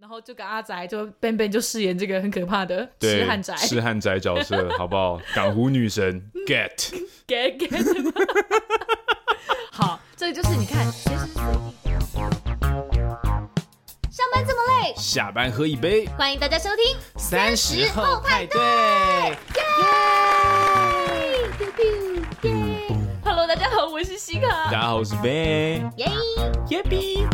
然后就跟阿宅就 Ben Ben 就饰演这个很可怕的痴汉宅，痴汉宅角色，好不好？港湖女神 get，给给什么？ 好，这就是你看，随时随地。上班这么累，下班喝一杯，欢迎大家收听三十后派对。 Hello，大家好，我是西大卡。家好，我是 Ben，耶！耶比。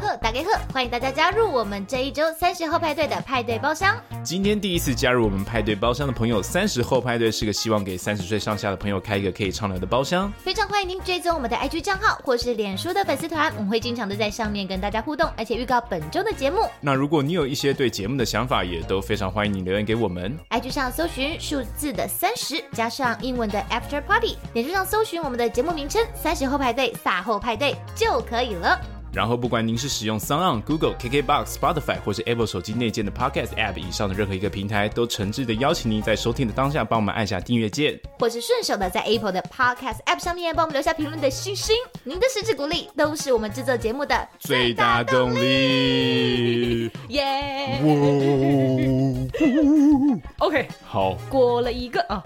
呵，打给呵，欢迎大家加入我们这一周三十后派对的派对包厢。今天第一次加入我们派对包厢的朋友，三十后派对是个希望给三十岁上下的朋友开一个可以畅聊的包厢。非常欢迎您追踪我们的 IG 账号或是脸书的粉丝团，我们会经常的在上面跟大家互动，而且预告本周的节目。那如果你有一些对节目的想法，也都非常欢迎你留言给我们。 IG 上搜寻数字的三十加上英文的 After Party，脸书上搜寻我们的节目名称“三十后派对”“撒后派对”就可以了。然后，不管您是使用 s o n Google、KKBox、Spotify 或是 Apple 手机内建的 Podcast App 以上的任何一个平台，都诚挚的邀请您在收听的当下帮我们按下订阅键。或是顺手的在 Apple 的 Podcast App 上面帮我们留下评论的星星，您的支持鼓励都是我们制作节目的最大动力，耶、哇！ OK，好，过了一个啊，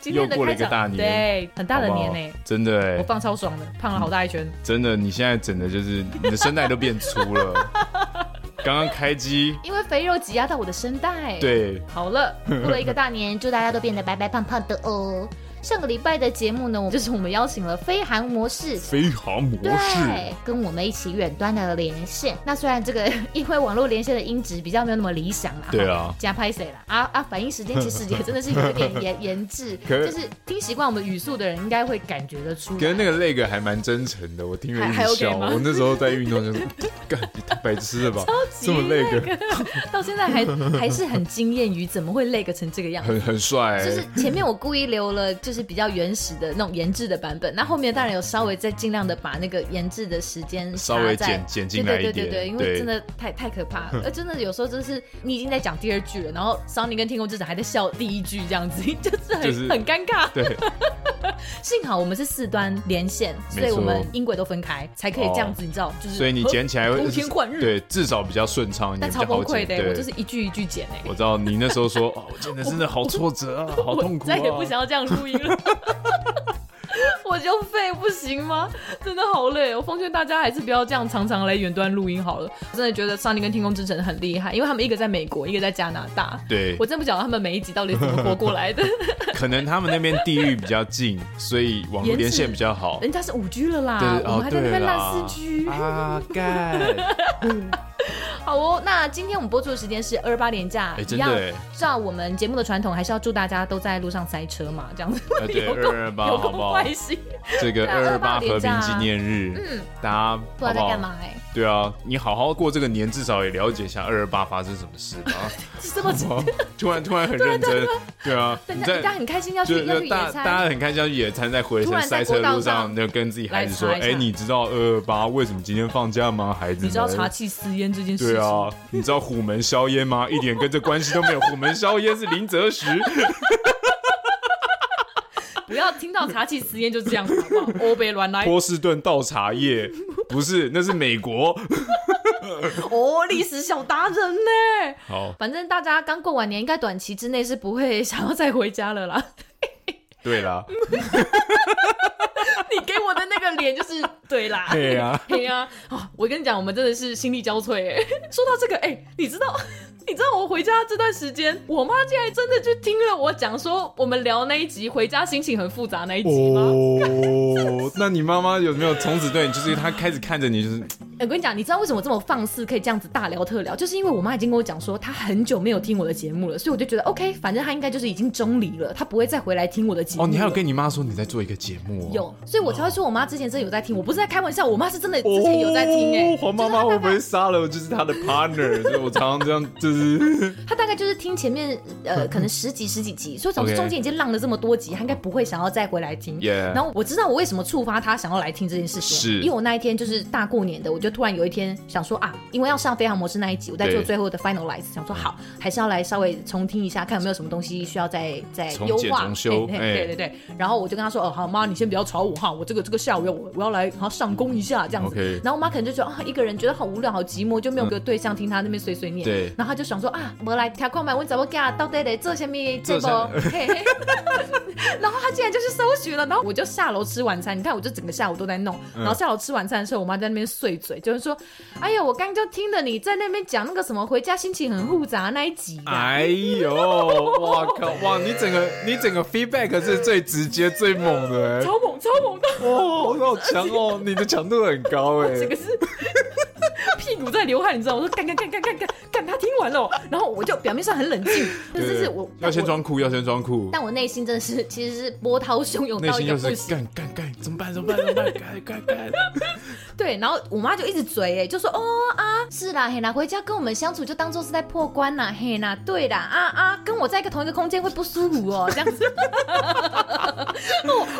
今天的又过了开一个场大年对，很大的好不好年呢、真的我哎，放超爽的，胖了好大一圈。真的，你现在整的就是你的声带都变粗了。 刚刚开机，因为肥肉挤压到我的声带。，对，好了，过了一个大年，祝大家都变得白白胖胖的哦。上个礼拜的节目呢，我们就是我们邀请了飞航模式。飞航模式对，跟我们一起远端的连线。那虽然这个 因为网络连线的音质比较没有那么理想啦，对啊加拍谁啦？啊啊，反应时间其实也真的是有一 点延延滞，可是就是听习惯我们语速的人应该会感觉得出来。可是那个那个还蛮真诚的，我听了还一还 OK 笑。吗我那时候在运动，就是 干，你太白痴了吧，这么那 个，到现在还还是很惊艳于怎么会累个成这个样子。很很帅欸，就是前面我故意留了，就是比较原始的那种研制的版本，那后面当然有稍微再尽量的把那个研制的时间稍微加在剪剪进来一对对对点对对，因对为真的太太可 怕了，呃，真的有时候就是你已经在讲第二句了，然后桑尼跟天空之子还在笑第一句这样子， 就是很、就是很尴尬。对， 幸好我们是四端连线，没错所哦以我们音轨都分开，才可以这样子，你知道，就是所以你剪起来会呼天唤日，对，至少比较顺畅一点，但比超较崩好溃剪。的、欸对，我就是一句一句剪哎、我知道你那时候说，哦，我真的真的好挫折啊，好痛苦我啊，再也不想要这样录音了。我就废不行吗？真的好累，哦我奉劝大家还是不要这样常常来远端录音好了。我真的觉得上帝跟天空之城很厉害，因为他们一个在美国，一个在加拿大。对我，真不晓得他们每一集到底怎么活过来 的。可能他们那边地域比较近，所以网络延迟连线比较好。人家是五 G 了啦，对，我们哦，还在那对边啦烂四 G。啊，干， 好哦，那今天我们播出的时间是二八年假，哎一真的样哎照我们节目的传统，还是要祝大家都在路上塞车嘛，这样子。啊对 有够228有好不够好坏心，这个对二啊二八228和连假啊平纪念日，嗯，大家不好知道不在干好？欸嘛哎、对啊，你好好过这个年，至少也了解一下二二八发生什么事 吧。是这么紧好突然突然很认真，对啊，等你一下，大家在很开心要就去要去就大野大餐，家很开心要去野餐，在回突程然在塞车国道路上，上就跟自己孩子说来：“查一哎，下你知道二二八为什么今天放假吗？孩子们？”你知道茶气私烟这件事嗯对情。啊，你知道虎门硝 烟吗？一点跟这关系都没有。虎门硝烟是林则徐，不要听到茶气私烟就这样子好不 好？欧北乱来，波士顿倒茶叶，不是，那是美国。 哦，历史小达人呢。好，反正大家刚过完年，应该短期之内是不会想要再回家了啦。对啦， 你给我的那个脸就是对啦， 对啊对呀、哦，我跟你讲，我们真的是心力交瘁 哎。说到这个，哎、你知道， 你知道我回家这段时间，我妈竟然真的去听了我讲说我们聊那一集回家心情很复杂那一集吗？哦，那你妈妈有没有从此对你，就是她开始看着你，就是哎我跟你讲，你知道为什么我这么放肆可以这样子大聊特聊？就是因为我妈已经跟我讲说，她很久没有听我的节目了，所以我就觉得 OK，反正她应该就是已经中离了，她不会再回来听我的节目哦，了。你还有跟你妈说你在做一个节目、哦？有，所以我才会说我妈之前真的有在听，我不是在开玩笑，我妈是真的之前有在听哎、哦黄妈妈会不会杀了就是她的 partner？所以我 常常这样，就是 他大概就是听前面呃，可能十几十几集，所以总之嗯 OK 中间已经浪了这么多集，他应该不会想要再回来听。 Yeah 然后我知道我为什么触发他想要来听这件事情，是因为我那一天就是大过年的，我就就突然有一天想说啊，因为要上《飞航模式》那一集，我在做对嗯最后的 finalize，想说好，还是要来稍微重听一下，看有没有什么东西需要再再重优建化。重修嘿嘿哎 对对对。然后我就跟他说，哦，好妈，你先不要吵我哈，我这个这个下午要我我要来然后上工一下这样子。 OK 然后我妈可能就觉得啊，一个人觉得好无聊，好寂寞，就没有个对象听她那边碎碎念。对然后她就想说啊，我来调看麦，我怎么干？到底得做些咪做这波？嘿嘿。然后他竟然就去搜寻了，然后我就下楼吃晚餐。你看，我就整个下午都在弄。然后下楼吃晚餐的时候，我妈在那边碎嘴，就是说：“哎呀，我刚就听了你在那边讲那个什么回家心情很复杂那一集、啊。哎呦，哇靠，哇！你整个你整个 feedback 是最直接、最猛的、欸，超猛超猛的，哇，好强哦！你的强度很高哎、这个是屁股在流汗，你知道吗？我说干干干干干干干，他听完了哦，然后我就表面上很冷静，但对是对是对我要先，但我装酷，要先装酷，但我内心真的是其实是波涛汹涌内到一心个就不是行。干干干，怎么办？怎么办？怎么办？干干干！对，然后我妈就一直嘴哎、就说哦啊，是啦，嘿啦，回家跟我们相处就当做是在破关啦，嘿啦，对啦，啊啊，跟我在一个同一个空间会不舒服哦，这样 子。哦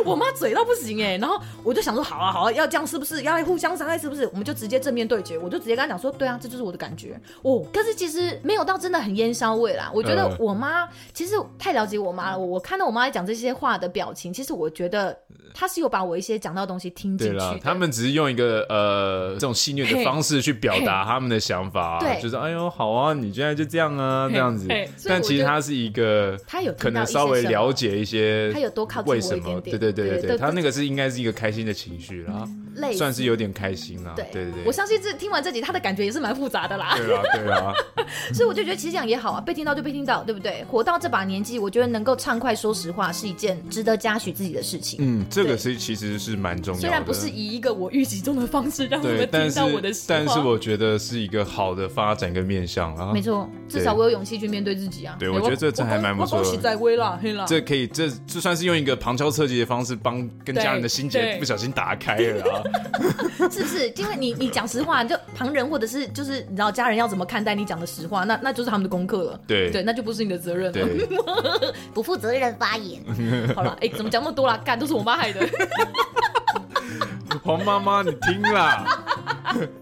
我我妈嘴到不行哎、然后我就想说，好啊好啊，要这样是不是？要来互相伤害是不是？我们就直接正面对决，我就直接跟她讲说，对啊，这就是我的感觉哦。可是其实没有到真的很烟硝味啦，我觉得呃我妈、其实太了解我妈了，我我看到我妈在讲这些话的表情，其实我觉得她是有把我一些讲到的东西听进对去了的，。他们只是用一个呃这种戏谑的方式去表达他们的想法，对就是哎呦好啊，你现在就这样啊这样子嘿嘿。但其实他是一个，他有听到可能稍微了解一些，他有多靠近我为一什点点么？对对对对对对对，对他那个是应该是一个开心的情绪啦，嗯类似算是有点开心啦。对啊对对对，我相信这听完这集，他的感觉也是蛮复杂的啦。对啊对啊， 所以我就觉得其实这样也好啊，被听到就被听到，对不对？活到这把年纪，我觉得能够畅快说实话是一件值得嘉许自己的事情。嗯，这个是其实是蛮重要的，虽然不是以一个我预期中的方式让你对，们但听是到我的实话，但是我觉得是一个好的发展跟面向啊没。错，至少我有勇气去面对自己啊。对我觉得这真还蛮不错的我恭喜在威啦，黑啦。这可以，这这算是用一个旁敲侧击的方式，帮跟家人的心结对不小心打开了啊。 是不是？因为你你讲实话，就旁人或者是就是你知道家人要怎么看待你讲的实话，那那就是他们的功课了。对对，那就不是你的责任了。对，不负责任发言， 好了，哎，怎么讲那么多啦？干，都是我妈害的。黄妈妈，你听啦，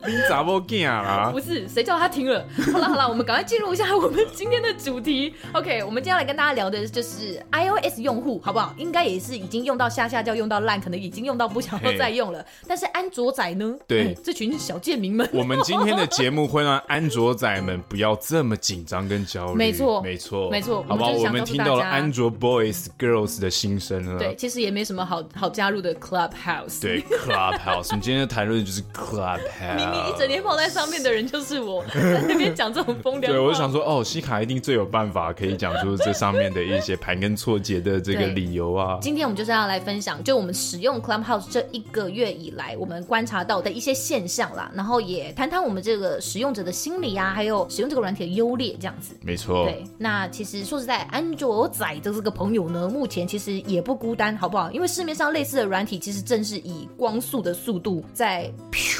你咋不见啦不？是，谁叫他听了？好了好 了，我们赶快进入一下我们今天的主题。OK，我们今天要来跟大家聊的就是 iOS 用户，好不好？应该也是已经用到下下叫用到烂，可能已经用到不想要再用了。但是安卓仔呢？对哎这群小贱民们。我们今天的节目会让安卓仔们不要这么紧张跟焦虑，没错没错，没错好不好？我们就是我想们告诉听到了大家安卓 boys girls 的心声 了。对，其实也没什么好好加入的 Clubhouse。，对 Clubhouse，我们今天的谈论的就是 Clubhouse。明明一整天泡在上面的人就是 我，在那边讲这种风凉话。对，我就想说，哦，西卡一定最有办法可以讲出这上面的一些盘根错节的这个对理由啊。今天我们就是要来分享，就我们使用 Clubhouse 这一个月以来，我们观察到的一些现象啦，然后也谈谈我们这个使用者的心理啊，还有使用这个软体的优劣这样子。没错，对，那其实说实在，安卓仔的这个朋友呢，目前其实也不孤单，好不好？因为市面上类似的软体，其实正是以光速的速度在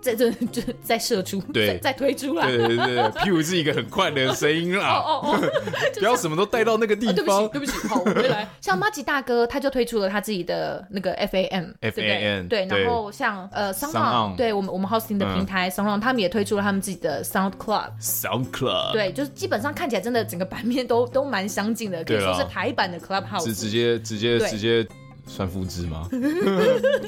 在这就在射出，对在在推出来。对对对对，Pew 是一个很快的声音哦啦，哦 哦， 不要什么都带到那个地对不方呃起，。对不起，好，我回 来。像马吉大哥，他就推出了他自己的那个 FAM，对不对 FAM 对，对然后像呃 Sound Sound， On 嗯对我们我们 hosting 的平台 Sound，On，他们也推出了他们自己的 Sound Club。 Sound Club，对，就是基本上看起来真的整个版面都都蛮相近的，可以对啦啊说是台版的是 Clubhouse。直接直接对直接算复制吗？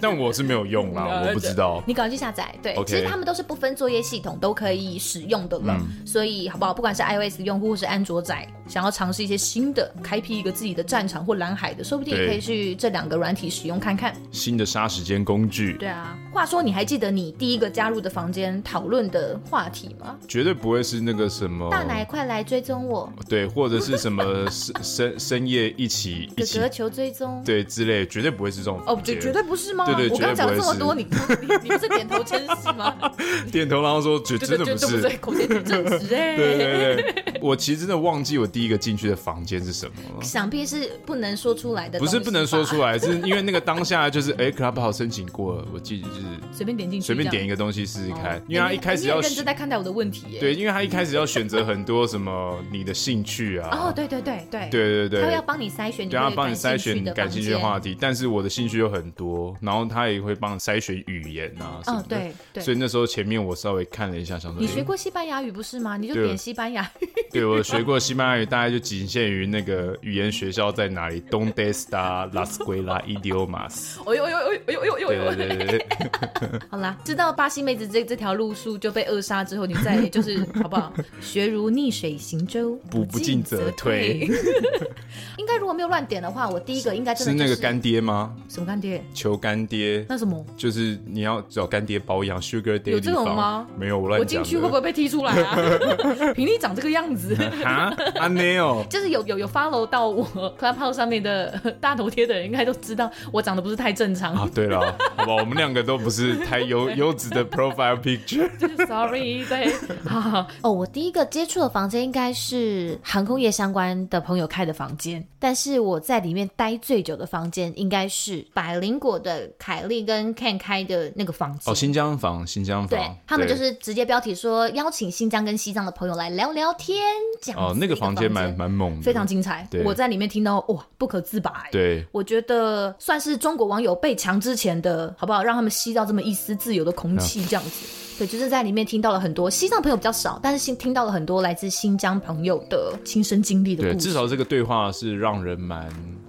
但我是没有用啦，嗯我不知道。你赶快去下载，对 OK 其实他们都是不分作业系统都可以使用的了，嗯所以好不好？不管是 iOS 用户或是安卓仔，想要尝试一些新的，开辟一个自己的战场或蓝海的，说不定也对可以去这两个软体使用看看。新的杀时间工具，对啊，话说你还记得你第一个加入的房间讨论的话题吗？绝对不会是那个什么大奶快来追踪我，对，或者是什么深深深夜一起一哥起哥求追踪，对之类，绝对不会是这种哦，房绝间绝对不是吗？对对我刚绝对讲不了会这么多，你 不你你不是点头称是吗？ 点头，然后说绝对真的对不对，是 不。对，口嫌体正直哎。对对对，我其实真的忘记我第一个进去的房间是什么了。想必是不能说出来的，不是不能说出来，来，是因为那个当下就是哎，Clubhouse 申请过了，我记得就是随便点进去，随便点一一个东西试试个哦看，因为他一开始要认真在看待我的问题耶。对，因为他一开始要选择很多什么你的兴趣啊，哦，对对对对，对对他会对要，帮你筛选，对他啊帮你筛选你感感兴趣的的话题，但是我的兴趣有很多，然后他也会帮你筛选语言啊什么房的，间，嗯，对所对。以那时候前面我稍微看了一下，想说你诶学过西班牙语不是吗？你就对点西班牙 语，对我学过西班牙语，大概就仅限于那个语言学校在哪里，Donde está la escuela idiomas？哦哎呦哎呦哎呦哎呦哎呦哎对对呦！对对对，好啦，知道巴西妹子这这条路数就被扼杀之后，你再就是好不好？学如逆水行舟， 不不进则 退。应该如果没有乱点的话，我第一个应该真是的那就个干爹吗？什么干爹？求干爹。那什么？就是你要找干爹包养，Sugar Daddy 有这种房吗没有，我乱我讲进的。去会不会被踢出来 啊？凭你长这个样子，，哈？啊没有就是有有有 follow 到我 Clubhouse 上面的呃大头贴的人，应该都知道我长得不是太正常。啊，对了，好吧，我们两个都不是太优 优质的 profile picture。 Sorry，对，好好好哦，我第一个接触的房间应该是航空业相关的朋友开的房间，但是我在里面待最久的房间应该是百灵果的凯莉跟 Ken 开的那个房间。哦，新疆房，新疆对房，他们就哦对是直接标题说邀请新疆跟西藏的朋友来聊聊天，这样子哦，那一个个房间蛮蛮猛的，非常精彩对。我在里面听到哇，不可自拔、欸。对。我觉得算是中国网友被强之前的好不好，让他们吸到这么一丝自由的空气，嗯这样子。对，就是在里面听到了很多西藏朋友比较少，但是新听到了很多来自新疆朋友的亲身经历的对，故事。至少这个对话是让人蛮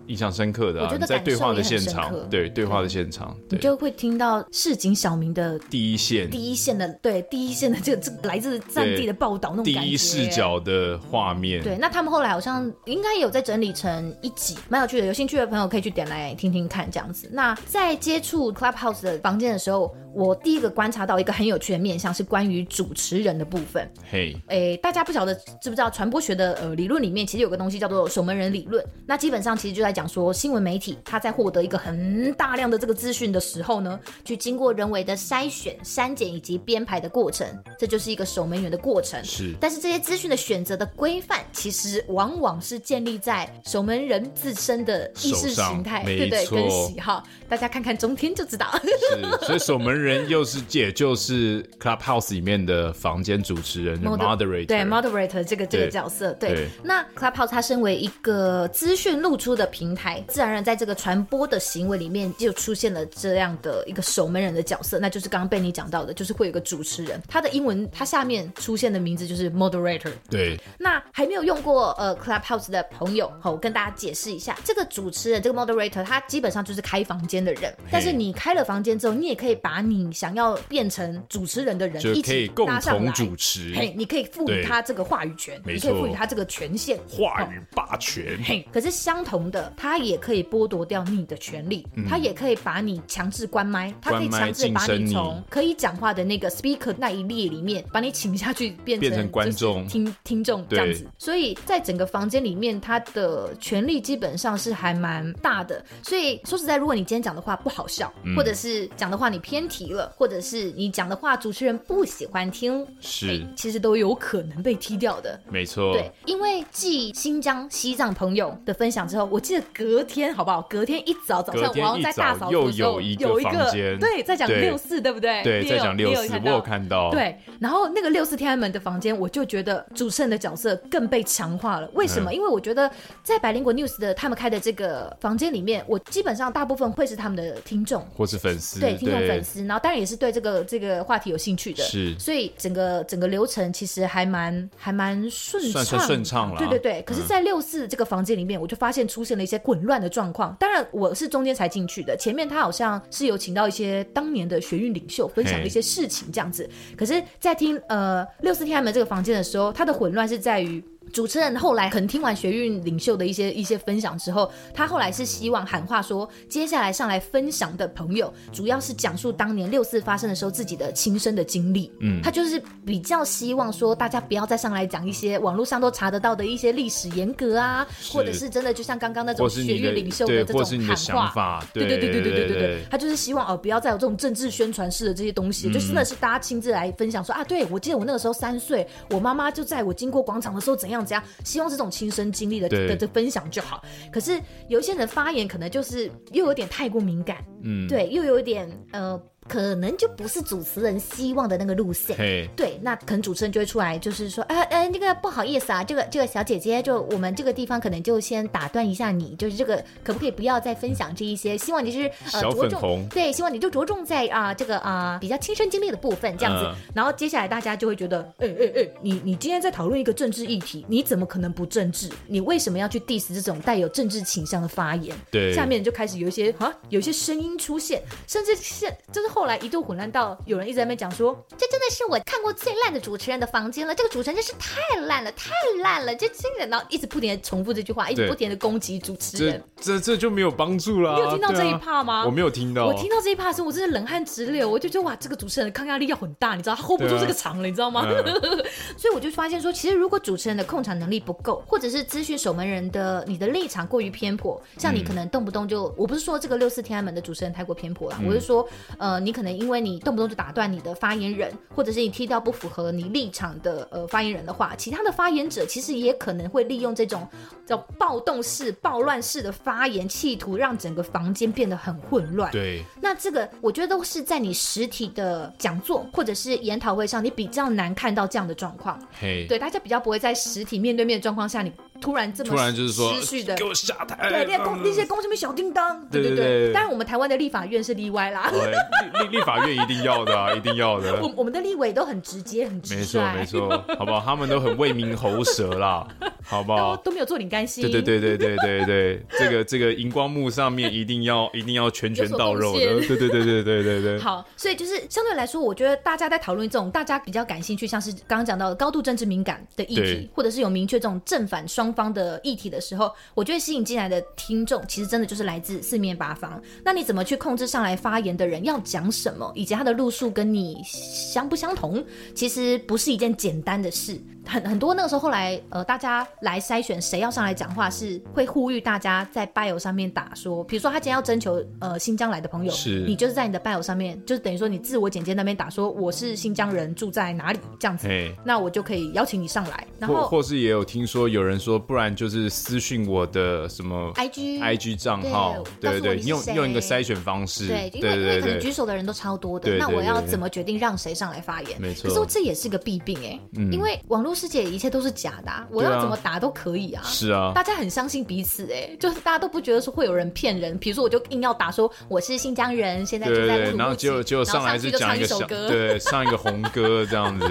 印象深刻的、我啊。觉得你在感对受话也很的现深场刻，对对话的现场，你对就会听到市井小民的第一线、第一线的，对第一线的这个这个来自战地的报道那种第感觉。一视。角的画面，对，那他们后来好像应该有在整理成一集，蛮有趣的。有兴趣的朋友可以去点来听听看，这样子。那在接触 Clubhouse 的房间的时候，我第一个观察到一个很有趣的面向是关于主持人的部分。嘿，诶，大家不晓得知不知道传播学的呃理论里面，其实有个东西叫做守门人理论。那基本上其实就在讲说，新闻媒体它在获得一个很大量的这个资讯的时候呢，去经过人为的筛选、删减以及编排的过程，这就是一个守门员的过程。是但是这些资讯的选择的规范，其实往往是建立在守门人自身的意识手上形态，没对对，跟错喜好。大家看看中天就知道。是，所以守门人又是也就是 Clubhouse 里面的房间主持人 Moder- moderator，对 moderator 这个这个对角色，对。对那 Clubhouse 它身为一个资讯露出的平台，自然而然在这个传播的行为里面就出现了这样的一个守门人的角色，那就是刚刚被你讲到的，就是会有一个主持人，他的英文他下面出现的名字就是 moderator。对那还没有用过呃 Clubhouse 的朋友，好，我跟大家解释一下，这个主持人这个 moderator 他基本上就是开房间的人，但是你开了房间之后，你也可以把你想要变成主持人的人就呃一可以起共搭上同来。主持嘿，你可以赋予对他这个话语权，没你可以错赋予他这个权限。哦话语霸权，嘿，可是相同的，他也可以剥夺掉你的权利，他也可以把你强制关麦，他可以嗯关麦强制把晋升你从可以讲话的那个 speaker 那一列里面把你请下去，变成变成观众就是听听众这对样子。所以在整个房间里面，他的权利基本上是还蛮大的。所以说实在，如果你今天讲的话不好笑，嗯或者是讲的话你偏题了，或者是你讲的话主持人不喜欢听，哎是其实都有可能被踢掉的。没错，对，因为继新疆、西藏朋友的分享之后，我记得隔天好不好？隔天一早早上隔，我天好像在大扫除的时候一早又有有一个一房间对，在讲对哎六四，对不对？对，你在有讲你六有四，看我有到看到，对，然后那个六四天安门的房间，我就觉得主持人的角色更被强化了。为什嗯么？因为我觉得在百灵果 news 的他们开的这个房间里面，我基本上大部分会是他们的听众，或是粉丝，对听众粉丝，然后当然也是对这个这个话题有兴趣的，是所以整个整个流程其实还蛮还蛮顺畅的，算是顺畅啦对嗯对对，可是，在六四这个房间里面，我就发现出现了一些混乱的状况。当然，我是中间才进去的，前面他好像是有请到一些当年的学运领袖分享嘿的一些事情这样子。可是，在听呃六四天安门这个房间的时候，他的混乱是在于。主持人后来可能听完学运领袖的一些一些分享之后，他后来是希望喊话说，接下来上来分享的朋友，主要是讲述当年六四发生的时候自己的亲身的经历。嗯，他就是比较希望说，大家不要再上来讲一些网络上都查得到的一些历史沿革啊，或者是真的就像刚刚那种或是学你的运领袖对，这或是种你的喊想话。法，对对对对对对对对对对，他就是希望哦，不要再有这种政治宣传式的这些东西，就真的是大家亲自来分享说啊，对我记得我那个时候三岁，我妈妈就在我经过广场的时候怎样样怎样，希望这种亲身经历的对的的分享就好。可是有一些人的发言可能就是又有点太过敏感，嗯，，对，又有点呃，可能就不是主持人希望的那个路线。嘿，对，那可能主持人就会出来，就是说，哎、哎，那个不好意思啊，这个这个小姐姐，就我们这个地方可能就先打断一下你，就是这个可不可以不要再分享这一些？希望你是呃嗯小着粉红重对，希望你就着重在啊、这个啊、比较亲身经历的部分这样子。嗯然后接下来大家就会觉得，哎哎哎，你你今天在讨论一个政治议题，你怎么可能不政治？你为什么要去 diss 这种带有政治倾向的发言？对下面就开始有一些啊，有一些声音出现，甚至现就是后来一度混乱到有人一直在那边讲说，这真的是我看过最烂的主持人的房间了，这个主持人真是太烂了，太烂了，这这人，然后一直不停的重复这句话，一直对不停的攻击主持这人。这这就没有帮助啦。你有听到对啊这一趴吗我没有听到，我听到这一趴的时候，我真的冷汗直流，我就觉得哇，这个主持人的抗压力要很大，你知道，他 hold 不对住啊这个场了，你知道吗？ 所以我就发现说，其实如果主持人的控场能力不够，或者是咨询守门人的你的立场过于偏颇，像你可能动不动就，我不是说这个六四天安门的主持人太过偏颇啦，我是说，呃，你可能因为你动不动就打断你的发言人，或者是你踢掉不符合你立场的呃发言人的话，其他的发言者其实也可能会利用这种叫暴动式、暴乱式的发言，企图让整个房间变得很混乱。对，那这个我觉得都是在你实体的讲座或者是研讨会上，你比较难看到这样的状况。嘿，对，大家比较不会在实体面对面的状况下，你突然这么突然就是说失序的。给我下台，对，那些公那些公什么小叮当，对对对对对当然，我们台湾的立法院是例外啦。对哦立立立法院一定要的啊，一定要的。 我我们的立委都很直接，很直没错率没，错，好不好？他们都很为民喉舌啦，好不都好？都没有做领干系。对对对对对对对，这个这个荧光幕上面一定要一定要拳拳到肉的，有对对对对对对对，好，所以就是相对来说，我觉得大家在讨论这种大家比较感兴趣，像是刚刚讲到的高度政治敏感的议对题，或者是有明确这种正反双方的议题的时候，我觉得吸引进来的听众其实真的就是来自四面八方。那你怎么去控制上来发言的人要讲什么，以及他的路数跟你相不相同，其实不是一件简单的事。很很多那个时候后来呃，大家来筛选谁要上来讲话，是会呼吁大家在 bio 上面打说，比如说他今天要征求呃新疆来的朋友，是你就是在你的 bio 上面，就是等于说你自我简介那边打说我是新疆人，住在哪里这样子，嘿。那我就可以邀请你上来。然或后或是也有听说有人说，不然就是私讯我的什么 IG IG 账号，对告诉对我对，你是用谁用一个筛选方式，对对，因为因为对可能举对，手的人都超多的对，那对我对要对怎么决定让谁上来发言？没错嗯可是这也是个弊病哎，因为网络世界一切都是假的啊，我对啊要怎么打都可以啊。是啊大，家很相信彼此哎，就是大家都不觉得说会有人骗人。比如说，我就硬要打说我是新疆人，现在对就对在乌鲁对，木齐，然后结果结果然后上来去是就讲唱一一个首小，歌，对，上一个红歌这样子，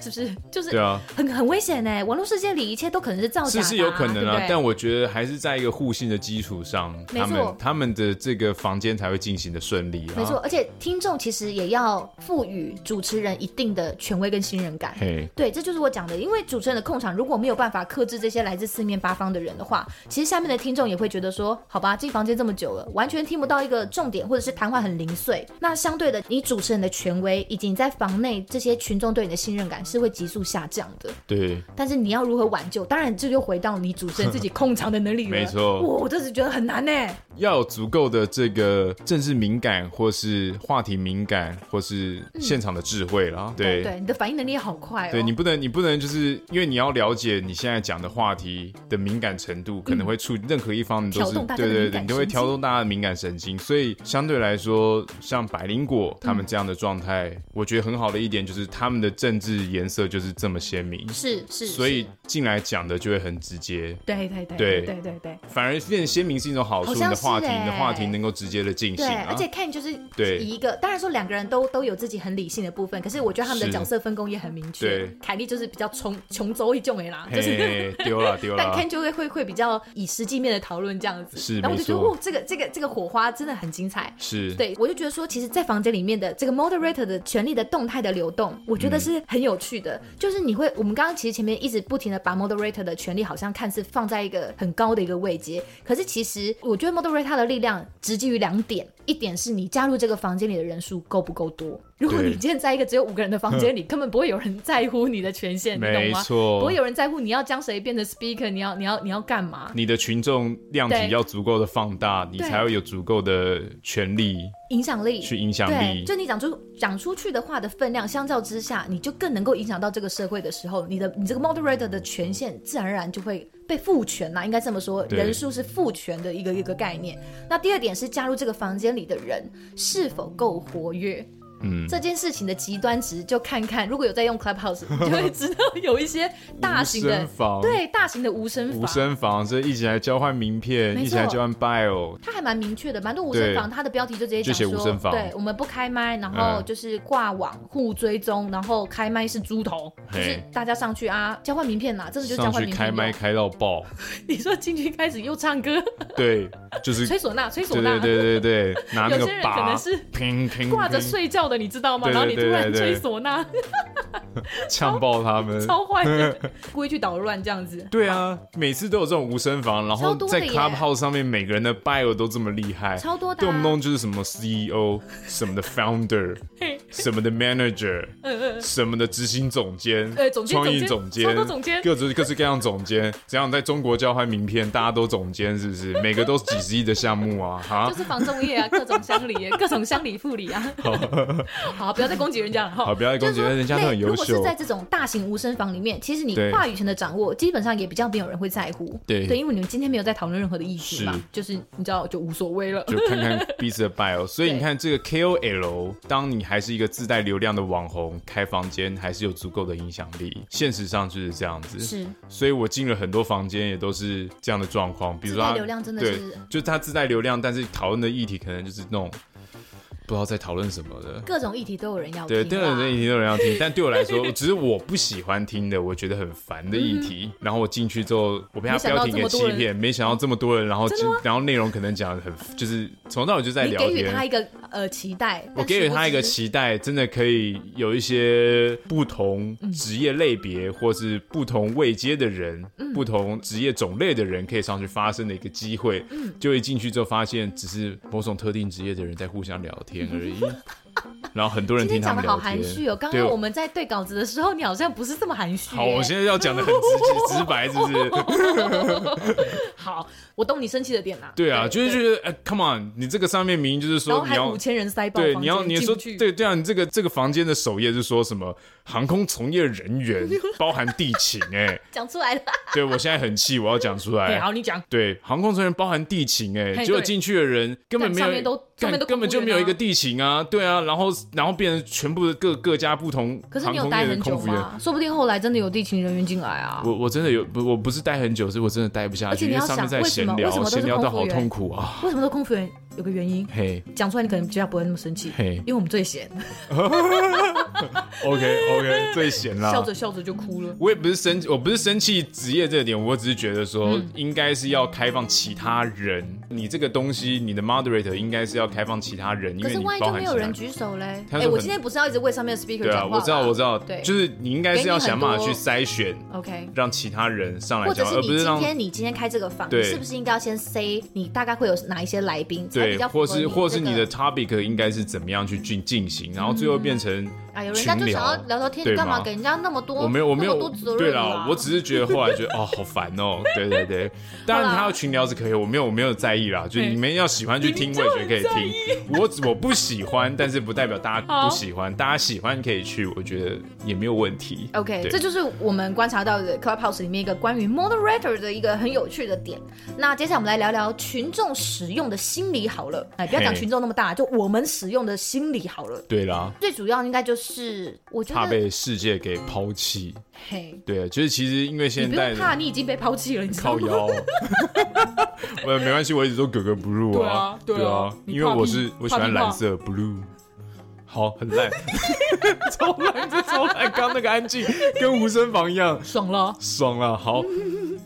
是不是？就是对啊，很很危险哎，网络世界里一切都可能是造假的是啊，是有可能对不啊对，但我觉得还是在一个互信的基础上，没他们错他们的这个房间才会进行的顺利啊，没错，，而且听众其实也要赋予主持人一定的权威跟信任感。嘿，对，这就是我讲的，因为主持人的控场如果没有办法克制这些来自四面八方的人的话，其实下面的听众也会觉得说，好吧，进房间这么久了，完全听不到一个重点，或者是谈话很零碎。那相对的，你主持人的权威以及你在房内这些群众对你的信任感是会急速下降的。对，但是你要如何挽救？当然，这就回到你主持人自己控场的能力了。没错哇我真是觉得很难呢。要有足够的这个政治敏感，或是话题敏感，或是现场的智慧啦，对嗯对，你的反应能力也好快哦。对你不能，你不能就是因为你要了解你现在讲的话题的敏感程度，可能会触任何一方，你嗯都挑是动大家对的对敏对，感你都会神挑经动大家的敏感神经。所以相对来说，像百灵果嗯他们这样的状态，我觉得很好的一点就是他们的政治颜色就是这么鲜明，是是，所是以进来讲的就会很直接，对对对对对对对反而变鲜明是一种好处。好你像的话是题，你的欸话题能够直接的进行对，啊，而且看就是对以一个，当然说两个人都都有自己很理性的部分，可是我觉得他们的是角色分工也很明确对。凯莉就是比较穷穷周一众哎啦，就是。嘿 丢了丢但了 Ken，就会会会比较以实际面的讨论这样子，是然后我就觉得没错哦，这个这个这个火花真的很精彩，是，对我就觉得说，其实，在房间里面的这个 moderator 的权力的动态的流动，我觉得嗯是很有趣的。就是你会，我们刚刚其实前面一直不停的把 moderator 的权力好像看似放在一个很高的一个位阶，可是其实我觉得 moderator 的力量直基于两点。一点是你加入这个房间里的人数够不够多。如果对你今天在一个只有五个人的房间里，根本不会有人在乎你的权限，你懂没吗？不错会，有人在乎你要将谁变成 speaker，你要你要你要干嘛？你的群众量体对要足够的放大，你对才会有足够的权利影响力去影响对，力就。你讲出讲出去的话的分量，相较之下，你就更能够影响到这个社会的时候，你的你这个 moderator 的权限自然而然就会被赋权啦、应该这么说，对人数是赋权的一个一个概念。那第二点是加入这个房间里的人是否够活跃。嗯，这件事情的极端值就看看，如果有在用 Clubhouse，你 就会知道有一些大型无的声房，对大型的无声无房，声房，这一起来交换名片，没错一起来交换 bio，它还蛮明确的，蛮多无声房，对它的标题就直接讲就写无说，声房对，我们不开麦，然后嗯就是挂网互追踪，然后开麦是猪头，就嘿是大家上去啊，交换名片啦，真的就是交嗯上换去名开片用。麦开到爆， 你说进去开始又唱歌，对， 就是吹唢呐，吹唢对呐对，对对对， 拿那有个些人可把能，是砰砰挂着砰 睡觉的，你知道吗？对对然后你突然对嗯对对吹唢呐，呛爆他们，超 坏的，故意去捣乱这样子。对啊，每次都有这种无声房，然超后多的在耶 Clubhouse 上面每个人的 bio 都这么厉害，超多的啊动不动就是什么 CEO、什么 的 founder、什么的 manager、什嗯么的执行总监呃总、监创意总监监超多总监、各种各式各样总监，怎样在中国交换名片，大家都总监是 不是？每个都是几十亿的项目啊，哈就。是房仲业啊，各种乡里，各种乡里妇里啊。 好，不要再攻击人家了好，哈。不要再就攻是击说了，人家都很如优果是秀在。这种大型无声房里面，其实你对话语权的掌握，基本上也比较没有人会在乎。对因为你们今天没有在讨论任何的议题嘛是，就是你知道就无所谓了。就看 看彼此的 bio，所以对你看这个 KOL，当你还是一个自带流量的网红，开房间还是有足够的影响力。现实上就是这样子，是，所以我进了很多房间，也都是这样的状况。比如说自带他流量真的对是就是他自带流量，但是讨论的议题可能就是那种不知道在讨论什么的。各种议题都有人要对，听对有啦人议题都有人要听，但对我来说， 只是我不喜欢听的，我觉得很烦的议题。然后我进去之后，我被他嗯没想到标题这给么多欺人骗，没想到这么多人，然后真的吗然后内容可能讲的很，就是从头到尾就在你聊给天。予他一个呃期待，我但给予殊不他一个知期待，真的可以有一些不同嗯职业类别或是不同位阶的人、嗯不同职业种类的人可以上去发声的一个机会。嗯就一进去之后，发现只是某种特定职业的人在互相聊天而 已。然后很多人今听天他讲们的好聊含天。蓄哦，刚对刚我们在对稿子的时候，你好像不是这么含蓄耶。好，我现在要讲的很直直白，是不是？好，我懂你生气的点啦。对啊，对就是觉得，哎，come on，你这个上面明明就是然后说你还要五千人塞爆对，房你要间你进说不去对对啊，你这个这个房间的首页是说什么航空从业 人员包含地勤哎、讲出来了。对我现在很气，我要哎讲出对，来。好，你讲。对，航空从业人员包含地勤哎、嘿结果对进去的人根本干没有上面都上干面都根本公就务员没有一啊个地勤啊，对啊，然后然后变成全部的各各家不同可是航你有空待业的很久空服员。吗？说不定后来真的有地勤人员进来啊。我我真的有不我不是待很久，是我真的待不下而且去，你因要上面想在为什闲么为聊什，么都闲是聊空到服好员痛苦啊！为什么都空服员？有个原因，嘿讲出来你可能比较不会那么生气，嘿因为我们最闲， ，OK OK，最闲 啊啦，笑着笑着就哭了。我也不是生，我不是生气职业这个点，我只是觉得说，嗯应该是要开放其他人。你这个东西，你的 moderator 应该是要开放其他人，因可为是你万一包就含没其他有人。举手嘞？啊他哎、说很我今天不是要一直为上面的 speaker 对啊，讲话、我知道，我知道。道，对就是你应该是要想办法给你去很多筛选， OK，让其他人上来或者讲，是而你不是今让天你今天开这个房，对你是不是应该要先 say 你大概会有哪一些来宾，才比对，较符或合是这或是个你的 topic 应该是怎么样去进进行，然后最后变成哎呦，人家群就想要聊，聊聊天，对你干嘛吗给人家那么多？我没有，我没那么多责有，对任啊啦，我只是觉得后来觉得哦，好烦哦，对对 对。当然，他要群聊是可以，我没有，我没有在意啦。就是你们要喜欢去听，我也觉得可以听。我只我不喜欢，但是不代表大家不喜欢，大家喜欢可以去，我觉得也没有问题。 OK，对这就是我们观察到的 Clubhouse 里面一个关于 moderator 的一个很有趣的点。那接下来我们来聊聊群众使用的心理好了，哎，不要讲嘿群众那么大，就我们使用的心理好了。对啦，最主要应该就是，我觉怕得，被世界给抛弃。嘿，对，就是其实因为你现不代用怕，的你已经被抛弃了，你知道靠吗？ 腰，我没关系，我一直都格格不入啊，对对啊对啊你因为怕我屁是我喜怕欢屁蓝怕色 blue。好，很烂， 超烂，这超烂。刚刚那个安静跟无声房一样，爽了， 爽了。好，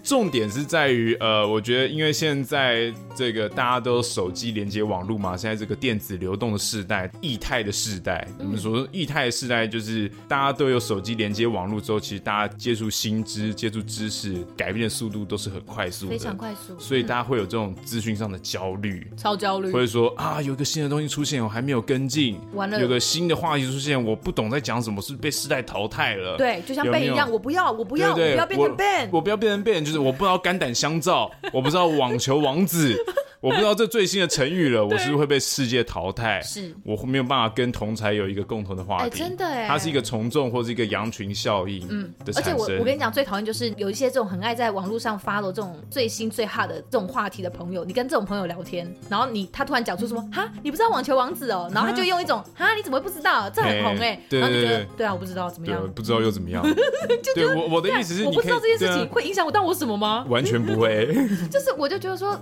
重点是在于，呃，我觉得因为现在这个大家都手机连接网络嘛，现在这个电子流动的时代，嗯液态的时代，我们所说液态的时代，就是大家都有手机连接网络之后，其实大家接触新知、接触知识，改变的速度都是很快速的，非常快嗯速所以大家会有这种资讯上的焦虑。超焦虑或。者说啊，有一个新的东西出现，我还没有跟进；完了有个新的话题出现，我不懂在讲什么，是不是被时代淘汰了。对，就像有 Ben 没有一样，我不要，我不要，对我不对要变成 Ben。我不要变成 Ben，就是我不知道肝胆相 照，我不知道网球王子，我不知道这最新的成语了，我是不是会被世界淘汰？是我没有办法跟同才有一个共同的话题，哎真的哎它是一个从众或是一个羊群效应的而产且生。我我跟你讲，最讨厌就是有一些这种很爱在网络上发 w 这种最新最 hot 的这种话题的朋友，你跟这种朋友聊天，然后你他突然讲出什嗯么哈，你不知道网球王子哦，然后他就用一种哈你怎么会不知道，这很红哎哎，对然后你就觉对得对对啊我不知道怎么对样，，不知道又怎 么样？对我我的意思是，我你不可以知道这件事对情啊会影响我到我什么吗？完全不会。 就是我就觉得说。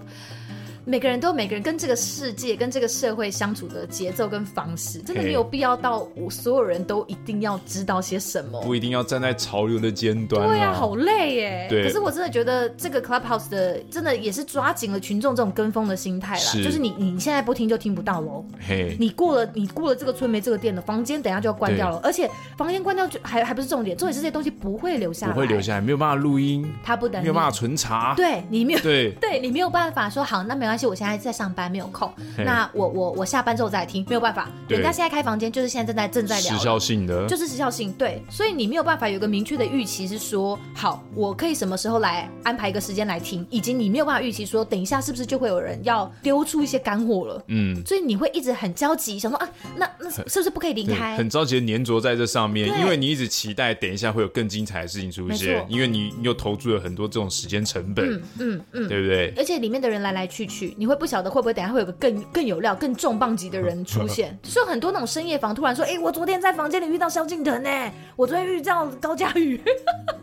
每个人都有每个人跟这个世界、跟这个社会相处的节奏跟方式，真的嘿没有必要到我所有人都一定要知道些什么。不一定要站在潮流的尖端、对啊，好累耶。对可是我真的觉得这个 Clubhouse 的真的也是抓紧了群众这种跟风的心态啦，是就是你你现在不听就听不到喽。嘿，你过了你过了这个村没这个店了，房间等一下就要关掉了，而且房间关掉就还还不是重点，重点是这些东西不会留下不来，会留，下来，没有办法录音，它不等你，没有办法存查。对啊你没有。对，对你没有办法说好，那没关系，我现在在上班没有空，嘿那我我我下班之后再来听，没有办法，对人家现在开房间就是现在正在正在聊时了，效性的就是时效性，对，所以你没有办法有一个明确的预期，是说好我可以什么时候来安排一个时间来听，以及你没有办法预期说等一下是不是就会有人要丢出一些干货了，嗯。所以你会一直很焦急，想说啊，那那是不是不可以离对，开？很着急的粘着在这上面，对因为你一直期待等一下会有更精彩的事情出没现错，因为你你又投注了很多这种时间成本，嗯嗯，对不对？而且里面的人来来去去，你会不晓得会不会等一下会有个更更有料、更重磅级的人出现，所以很多那种深夜房突然说，哎、我昨天在房间里遇到萧敬腾呢、我昨天遇到高佳 宇，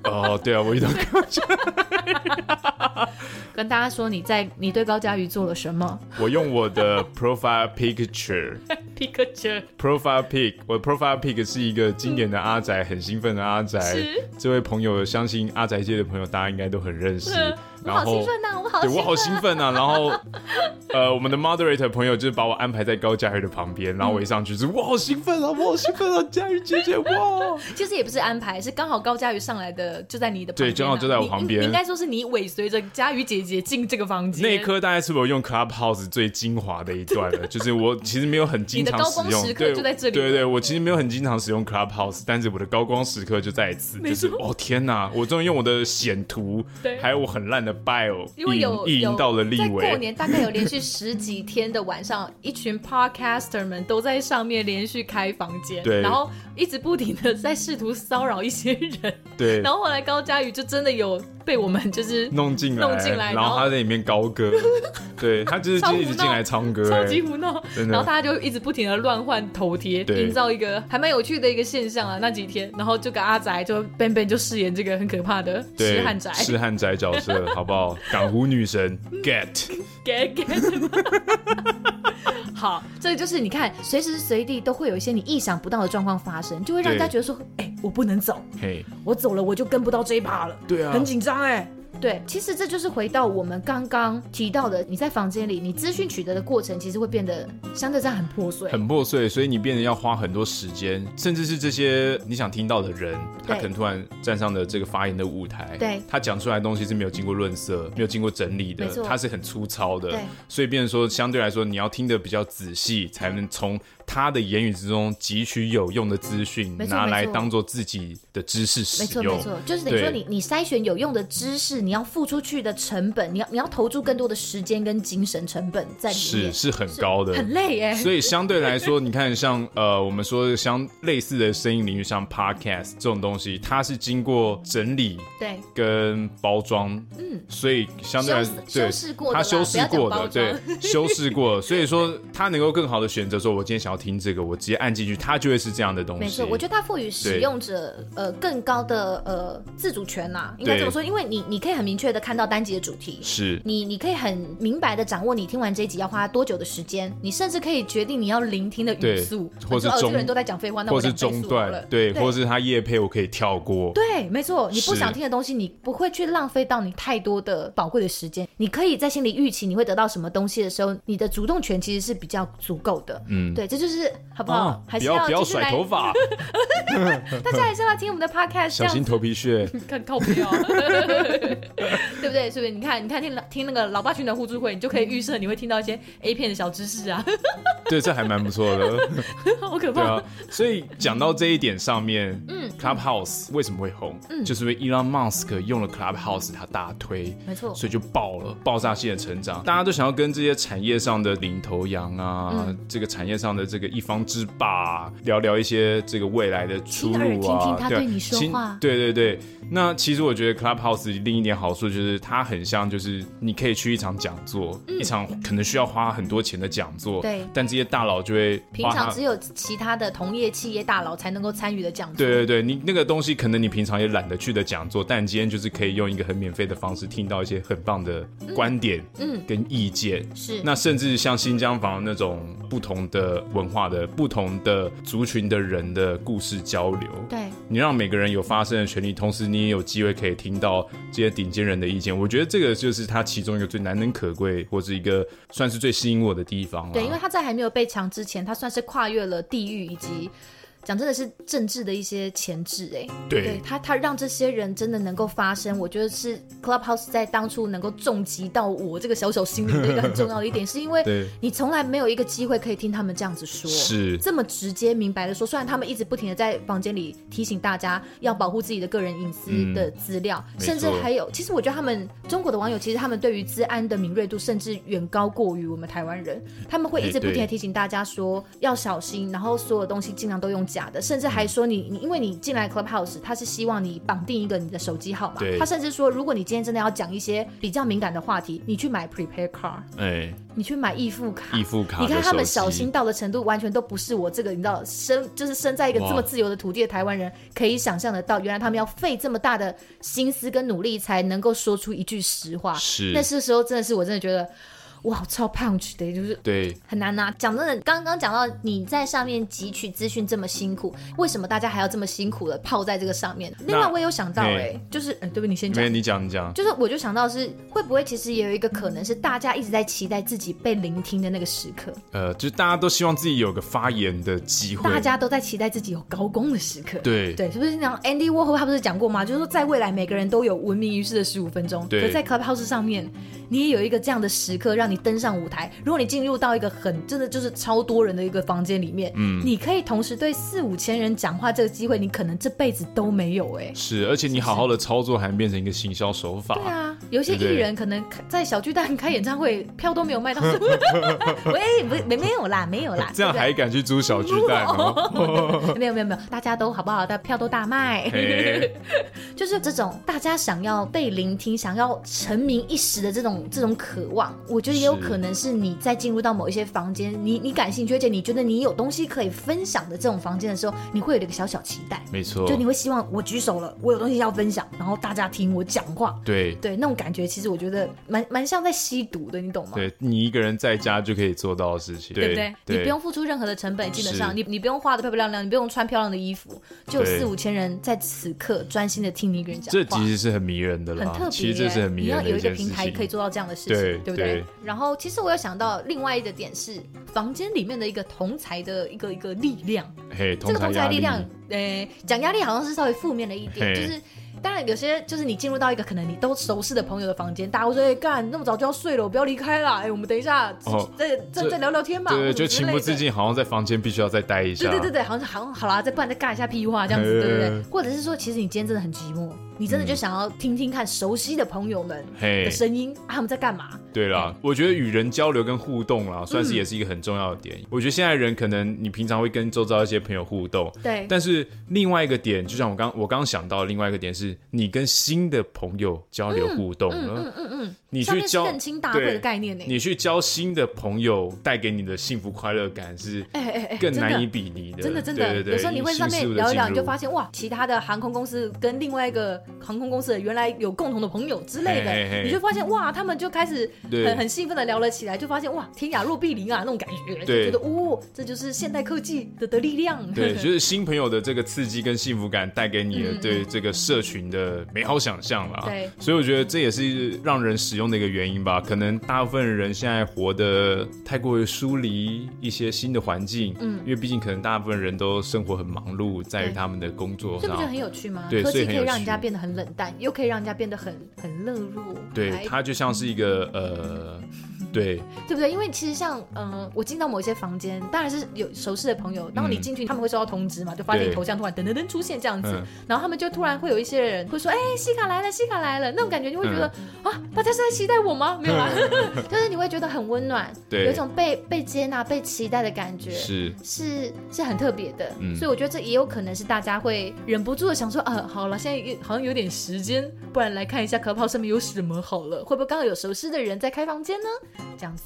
哦，对啊， 我遇到跟大家说你在你对高佳宇做了什么？我用我的 profile picture。皮克车 Profile Pic，我的 Profile Pic 是一个经典的阿宅，很兴奋的阿宅是。这位朋友，相信阿宅界的朋友大家应该都很认识嗯。我然好后兴，奋呐、我好对兴我奋、啊，好兴奋啊！然后，呃，我们的 moderator 朋友就是把我安排在高佳宇的旁嗯边，然后我一上去就是我好兴奋啊，我好兴奋啊，佳宇 姐姐哇！其实也不是安排，是刚好高佳瑜上来的，就在你的旁边啊、对刚好就在我你旁边你应该说是你尾随着佳瑜姐姐进这个房间。啊那一刻大概是我用 Clubhouse 最精华的一段了，就是我其实没有很经常使你的高光时用，刻就在这里对对，我其实没有很经常使用 Clubhouse，但是我的高光时刻就在此，就是哦天哪，我终于用我的显图对，还有我很烂的 bio，因为有意淫意有淫到了立在过伟。年大概有连续十几天的晚上，一群 podcaster 们都在上面连续开房间，对然后一直不停的在试图骚扰一些人，对然，后后来高佳宇就真的有被我们就是弄进来，弄进来然然后后他在里面高 歌，对他就是超一直胡闹进来唱歌，超哎级胡闹，真的然后大家就一直不停的乱换头贴，对营造一个还蛮有趣的一个现象啊。那几天，然后就跟阿宅就 Ben Ben 就饰演这个很可怕的对痴汉宅，痴汉宅角色，好不好？港湖女神 get，给给。 好，这就是你看，随时随地都会有一些你意想不到的状况发生，就会让人家对觉得说，哎、我不能走，嘿，我走了我就跟不到这一趴了。对啊，很紧张哎、对，其实这就是回到我们刚刚提到的，你在房间里，你资讯取得的过程，其实会变得相对上很破碎，很破碎，所以你变得要花很多时间，甚至是这些你想听到的人，他对可能突然站上了这个发言的舞台，对他讲出来的东西是没有经过润色、没有经过整理的没，错他是很粗糙的对，所以变成说相对来说你要听得比较仔细，才能从他的言语之中汲取有用的资讯，没错拿来没错当做自己的知识没使错用没。错，就是等于说对你你筛选有用的知识，你要付出去的成本，你要你要投注更多的时间跟精神成本在里是面，是很高的，很累 耶。所以相对来说，你看像呃，我们说相类似的声音领域，像 podcast 这种东西，它是经过整理对，跟包装，嗯，所以相对来说，修修对饰过的啦它修饰过不要的，讲包装对，修饰过的，所以说它能够更好的选择，说我今天想要听这个，我直接按进去，它就会是这样的东西。没错，我觉得它赋予使用者呃更高的呃自主权呐、应该对这么说，因为你你可以很明确的看到单集的主题，是你你可以很明白的掌握你听完这一集要花多久的时间，你甚至可以决定你要聆听的语对速，或你是说哦、这中个人都在讲废话，那或我是两倍中速好了断，对，对或是它夜配我可以跳过，对，没错，你不是想听的东西，你不会去浪费到你太多的宝贵的时间。你可以在心里预期你会得到什么东西的时候，你的主动权其实是比较足够的。嗯，对，这就是好不好？啊哦还不是要不要就是来甩头， 发，大家还是要来听我们的 podcast，这小样心子头皮屑。看靠 背啊，哦对不对？所以你看，你看听听那个老爸群的互助会，你就可以预设你会听到一些 A 片的小知识啊， 对，这还蛮不错的。好可对怕。啊，所以讲到这一点上面，嗯，Clubhouse 为什么会红？嗯，就是因为 Elon Musk 用了 Clubhouse，他大推，没错所以就爆了，爆炸性的成长。大家都想要跟这些产业上的领头羊啊，嗯这个产业上的这个一方之霸啊、聊聊一些这个未来的出亲耳听路听啊，他对啊对你说亲话对对对。那其实我觉得 Clubhouse 另一点好处就是它很像，就是你可以去一场讲座，一场可能需要花很多钱的讲座，嗯对但这些大佬就会平花他常只有其他的同业企业大佬才能够参与的讲座。对对对，你那个东西可能你平常也懒得去的讲座，但你今天就是可以用一个很免费的方式听到一些很棒的观点，嗯，跟意见。是那甚至像新疆房那种不同的文化的、不同的族群的人的故事交流，对，你让每个人有发声的权利，同时你也有机会可以听到这些顶尖人的意见。我觉得这个就是它其中一个最难能可贵，或是一个算是最吸引我的地方了。啊对，因为他在还没有被强之前，他算是跨越了地域以及。讲真的是政治的一些前置哎、对他他让这些人真的能够发声，我觉得是 Clubhouse 在当初能够重击到我这个小小心灵的一个很重要的一点，是因为 对你从来没有一个机会可以听他们这样子说，是这么直接明白的说。虽然他们一直不停的在房间里提醒大家要保护自己的个人隐私的资料，嗯没甚至错还有，其实我觉得他们中国的网友，其实他们对于治安的敏锐度甚至远高过于我们台湾人，他们会一直哎不对停的提醒大家说要小心，然后所有东西尽量都用假的，甚至嗯还说你你因为你进来 Clubhouse，他是希望你绑定一个你的手机号码对，他甚至说如果你今天真的要讲一些比较敏感的话题，你去买 Prepare Card。哎，你去买易付卡，易付卡你看的他们手小机心到的程度，完全都不是我这个你知道生就是生在一个这哇么自由的土地的台湾人可以想象得到，原来他们要费这么大的心思跟努力才能够说出一句实话。是那是时候真的是我真的觉得，哇，超 punch 的，就是对，很难拿、讲真的，刚刚讲到你在上面汲取资讯这么辛苦，为什么大家还要这么辛苦的泡在这个上面？另外我也有想到、嘿哎，就是，哎、对不起，你先没讲有。你讲你讲。就是我就想到是会不会其实也有一个可能是大家一直在期待自己被聆听的那个时刻，呃，就是大家都希望自己有个发言的机会，大家都在期待自己有高光的时刻。对对，是不是那样？Andy Warhol 他不是讲过吗？就是说在未来每个人都有闻名于世的十五分钟，对可在 Clubhouse 上面，你也有一个这样的时刻让你登上舞台。如果你进入到一个很真的就是超多人的一个房间里面，嗯，你可以同时对四五千人讲话，这个机会你可能这辈子都没有哎、是，而且你好好的操作还变成一个行销手法，对啊，有一些艺对不对人可能开在小巨蛋开演唱会，票都没有卖到。 喂，不，没没有啦，没有啦，这样还敢去租小巨 蛋哦？对不对没有没有没有，大家都好不好？大票都大卖， 嘿 就是这种大家想要被聆听、想要成名一时的这种这种渴望，我觉得也有是可能是你在进入到某一些房间，你你感兴趣，而且你觉得你有东西可以分享的这种房间的时候，你会有一个小小期待，没错就，你会希望我举手了，我有东西要分享，然后大家听我讲话，对对，那种感觉其实我觉得蛮蛮像在吸毒的，你懂吗？对，你一个人在家就可以做到的事情，不对对？你不用付出任何的成本，基本上是你你不用画的漂漂亮亮，你不用穿漂亮的衣服，就有对四五千人在此刻专心的听你一个人讲这话其。实是很迷人的很啦特别耶，，其实这是很迷你要人的有一一个件事平台可以情。做到这样的事情，对不对然后，其实我有想到另外一个点是，房间里面的一个同才的一个一个力量，这嘿，同个同压才力量，呃，讲压力好像是稍微负面了一点，嘿就是。当然，有些就是你进入到一个可能你都熟识的朋友的房间，大家会说：“哎、干，那么早就要睡了，我不要离开啦！哎、我们等一下，哦再再这再聊聊天吧。”对对，或者就之情类不的自。禁，好像在房间必须要再待对一下，对对对，好像好像好啦，再不然再尬一下屁话这样子，对不嘿嗯对？或者是说，其实你今天真的很寂寞，你真的就想要听听看熟悉的朋友们嘿的声音，啊他们在干嘛？对啦，我觉得与人交流跟互动嗯啦，算是也是一个很重要的点。我觉得现在人可能你平常会跟周遭一些朋友互动，对但是另外一个点，就像我刚我刚想到的另外一个点是，你跟新的朋友交流互动，嗯嗯嗯你上去面是交认清大会的概念呢、你去交新的朋友，带给你的幸福快乐感是哎哎哎，更真的难以比拟的。真的真对的，对对，有时候你会上迅速面地聊一聊，进你入就发现哇，其他的航空公司跟另外一个航空公司的原来有共同的朋友之类嘿嘿嘿的，你就发现哇，他们就开始对很很兴奋的聊了起来，就发现哇，天涯若比邻啊那种感觉，对就觉得哦，这就是现代科技的的力量。 对，就是新朋友的这个刺激跟幸福感带给你的对这个社群的美好想象啦。嗯对所以我觉得这也是让人使用的一个原因吧。可能大部分人现在活得太过于疏离一些新的环境，嗯，因为毕竟可能大部分人都生活很忙碌，在于对他们的工作这不觉得很上。有趣吗？对科所以技很可有以让趣人家变得很冷淡，又可以让人家变得很很热络。对，哎它就像是一个呃，嗯对对不对？因为其实像呃，我进到某一些房间，当然是有熟识的朋友，然后你进去，他们会收到通知嘛，就发现嗯对你头像突然噔噔噔出现这样子，嗯然后他们就突然会有一些人会说：“哎、西卡来了，西卡来了。”那种感觉，你会觉得、嗯啊，大家是在期待我吗？没有啦，啊 就是你会觉得很温暖，对有一种被被接纳、被期待的感觉。是。是是很特别的，嗯所以我觉得这也有可能是大家会忍不住的想说，呃，好了，现在有好像有点时间，不然来看一下 Clubhouse 上面有什么好了，会不会刚好有熟识的人在开房间呢？这样子。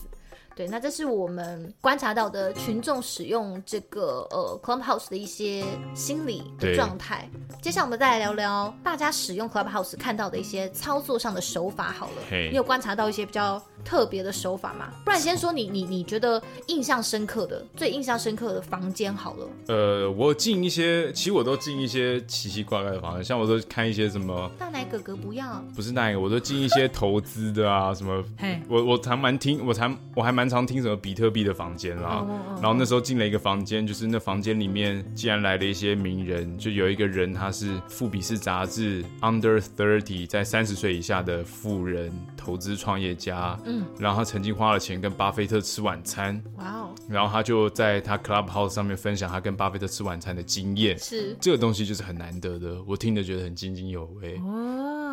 对，那这是我们观察到的群众使用这个呃 Clubhouse 的一些心理对的状态。接下来我们再来聊聊大家使用 Clubhouse 看到的一些操作上的手法好了。嘿你有观察到一些比较特别的手法吗？不然先说你你你觉得印象深刻的最印象深刻的房间好了。呃，我进一些，其实我都进一些奇奇怪怪的房间，像我都看一些什么，大奶哥哥不要，不是那个，我都进一些投资的啊，什么嘿，我我常蛮听，我常我还蛮常听什么比特币的房间啦。然后那时候进了一个房间，就是那房间里面竟然来了一些名人，就有一个人他是《富比士》杂志 Under Thirty 在三十岁以下的富人投资创业家，嗯，然后他曾经花了钱跟巴菲特吃晚餐，哇哦，然后他就在他 Clubhouse 上面分享他跟巴菲特吃晚餐的经验，是这个东西就是很难得的，我听着觉得很津津有味。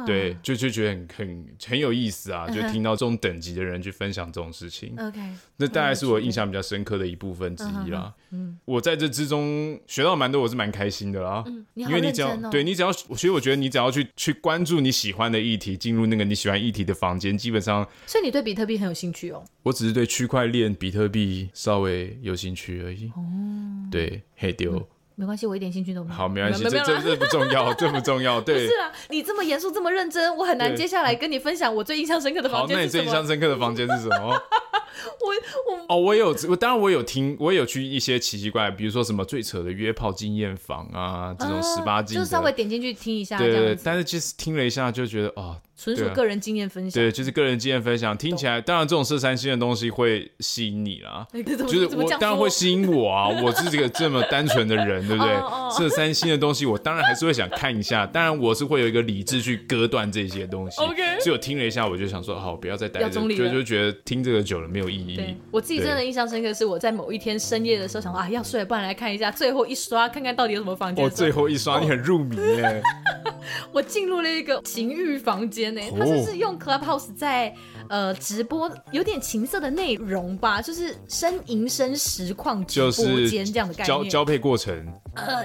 对，就就觉得很很很有意思 啊，就听到这种等级的人去分享这种事情， OK，那大概是我印象比较深刻的一部分之一啦。嗯，我在这之中学到蛮多，我是蛮开心的啦。嗯，你好因为你只要认真哦对你只要，其实我觉得你只要去去关注你喜欢的议题，进入那个你喜欢议题的房间，基本上所以你对比特币很有兴趣哦。我只是对区块链、比特币稍微有兴趣而已。哦，嗯对，嘿丢。没关系，我一点兴趣都没有。好，没关系，没有这没有这啦这不重要，这不重要。 对，是啊，你这么严肃，这么认真，我很难对接下来跟你分享我最印象深刻的好房，间那你是最什印象么。深刻的房间是什 么？我我哦，我有，我当然我有听，我有去一些奇奇怪，比如说什么最扯的约炮经验房啊，这种十八啊禁就的，是稍微点进去听一下，对这对样对子，但是其实听了一下就觉得哦，纯对属啊个人经验分享。对，就是个人经验分享，听起来当然这种色三星的东西会吸引你啦。 哎可怎么就是怎么我这样当然说会吸引 我啊，我是这个这么单纯的人，对不对哦？色三星的东西，我当然还是会想看一下，当然我是会有一个理智去割断这些东西。 OK 所以我听了一下，我就想说，好，不要再待要着，中立就了就觉得听这个久了没有意义对。我自己对真的印象深刻，是我在某一天深夜的时候想说啊，要睡了，不然来看一下，最后一刷看看到底有什么房间我的时候。哦最后一刷，你很入迷耶。我进入了一个情欲房间呢、哦它就是用 Clubhouse 在呃直播，有点情色的内容吧，就是呻吟声实况直 就播是间这样的概交念。交配过程呃，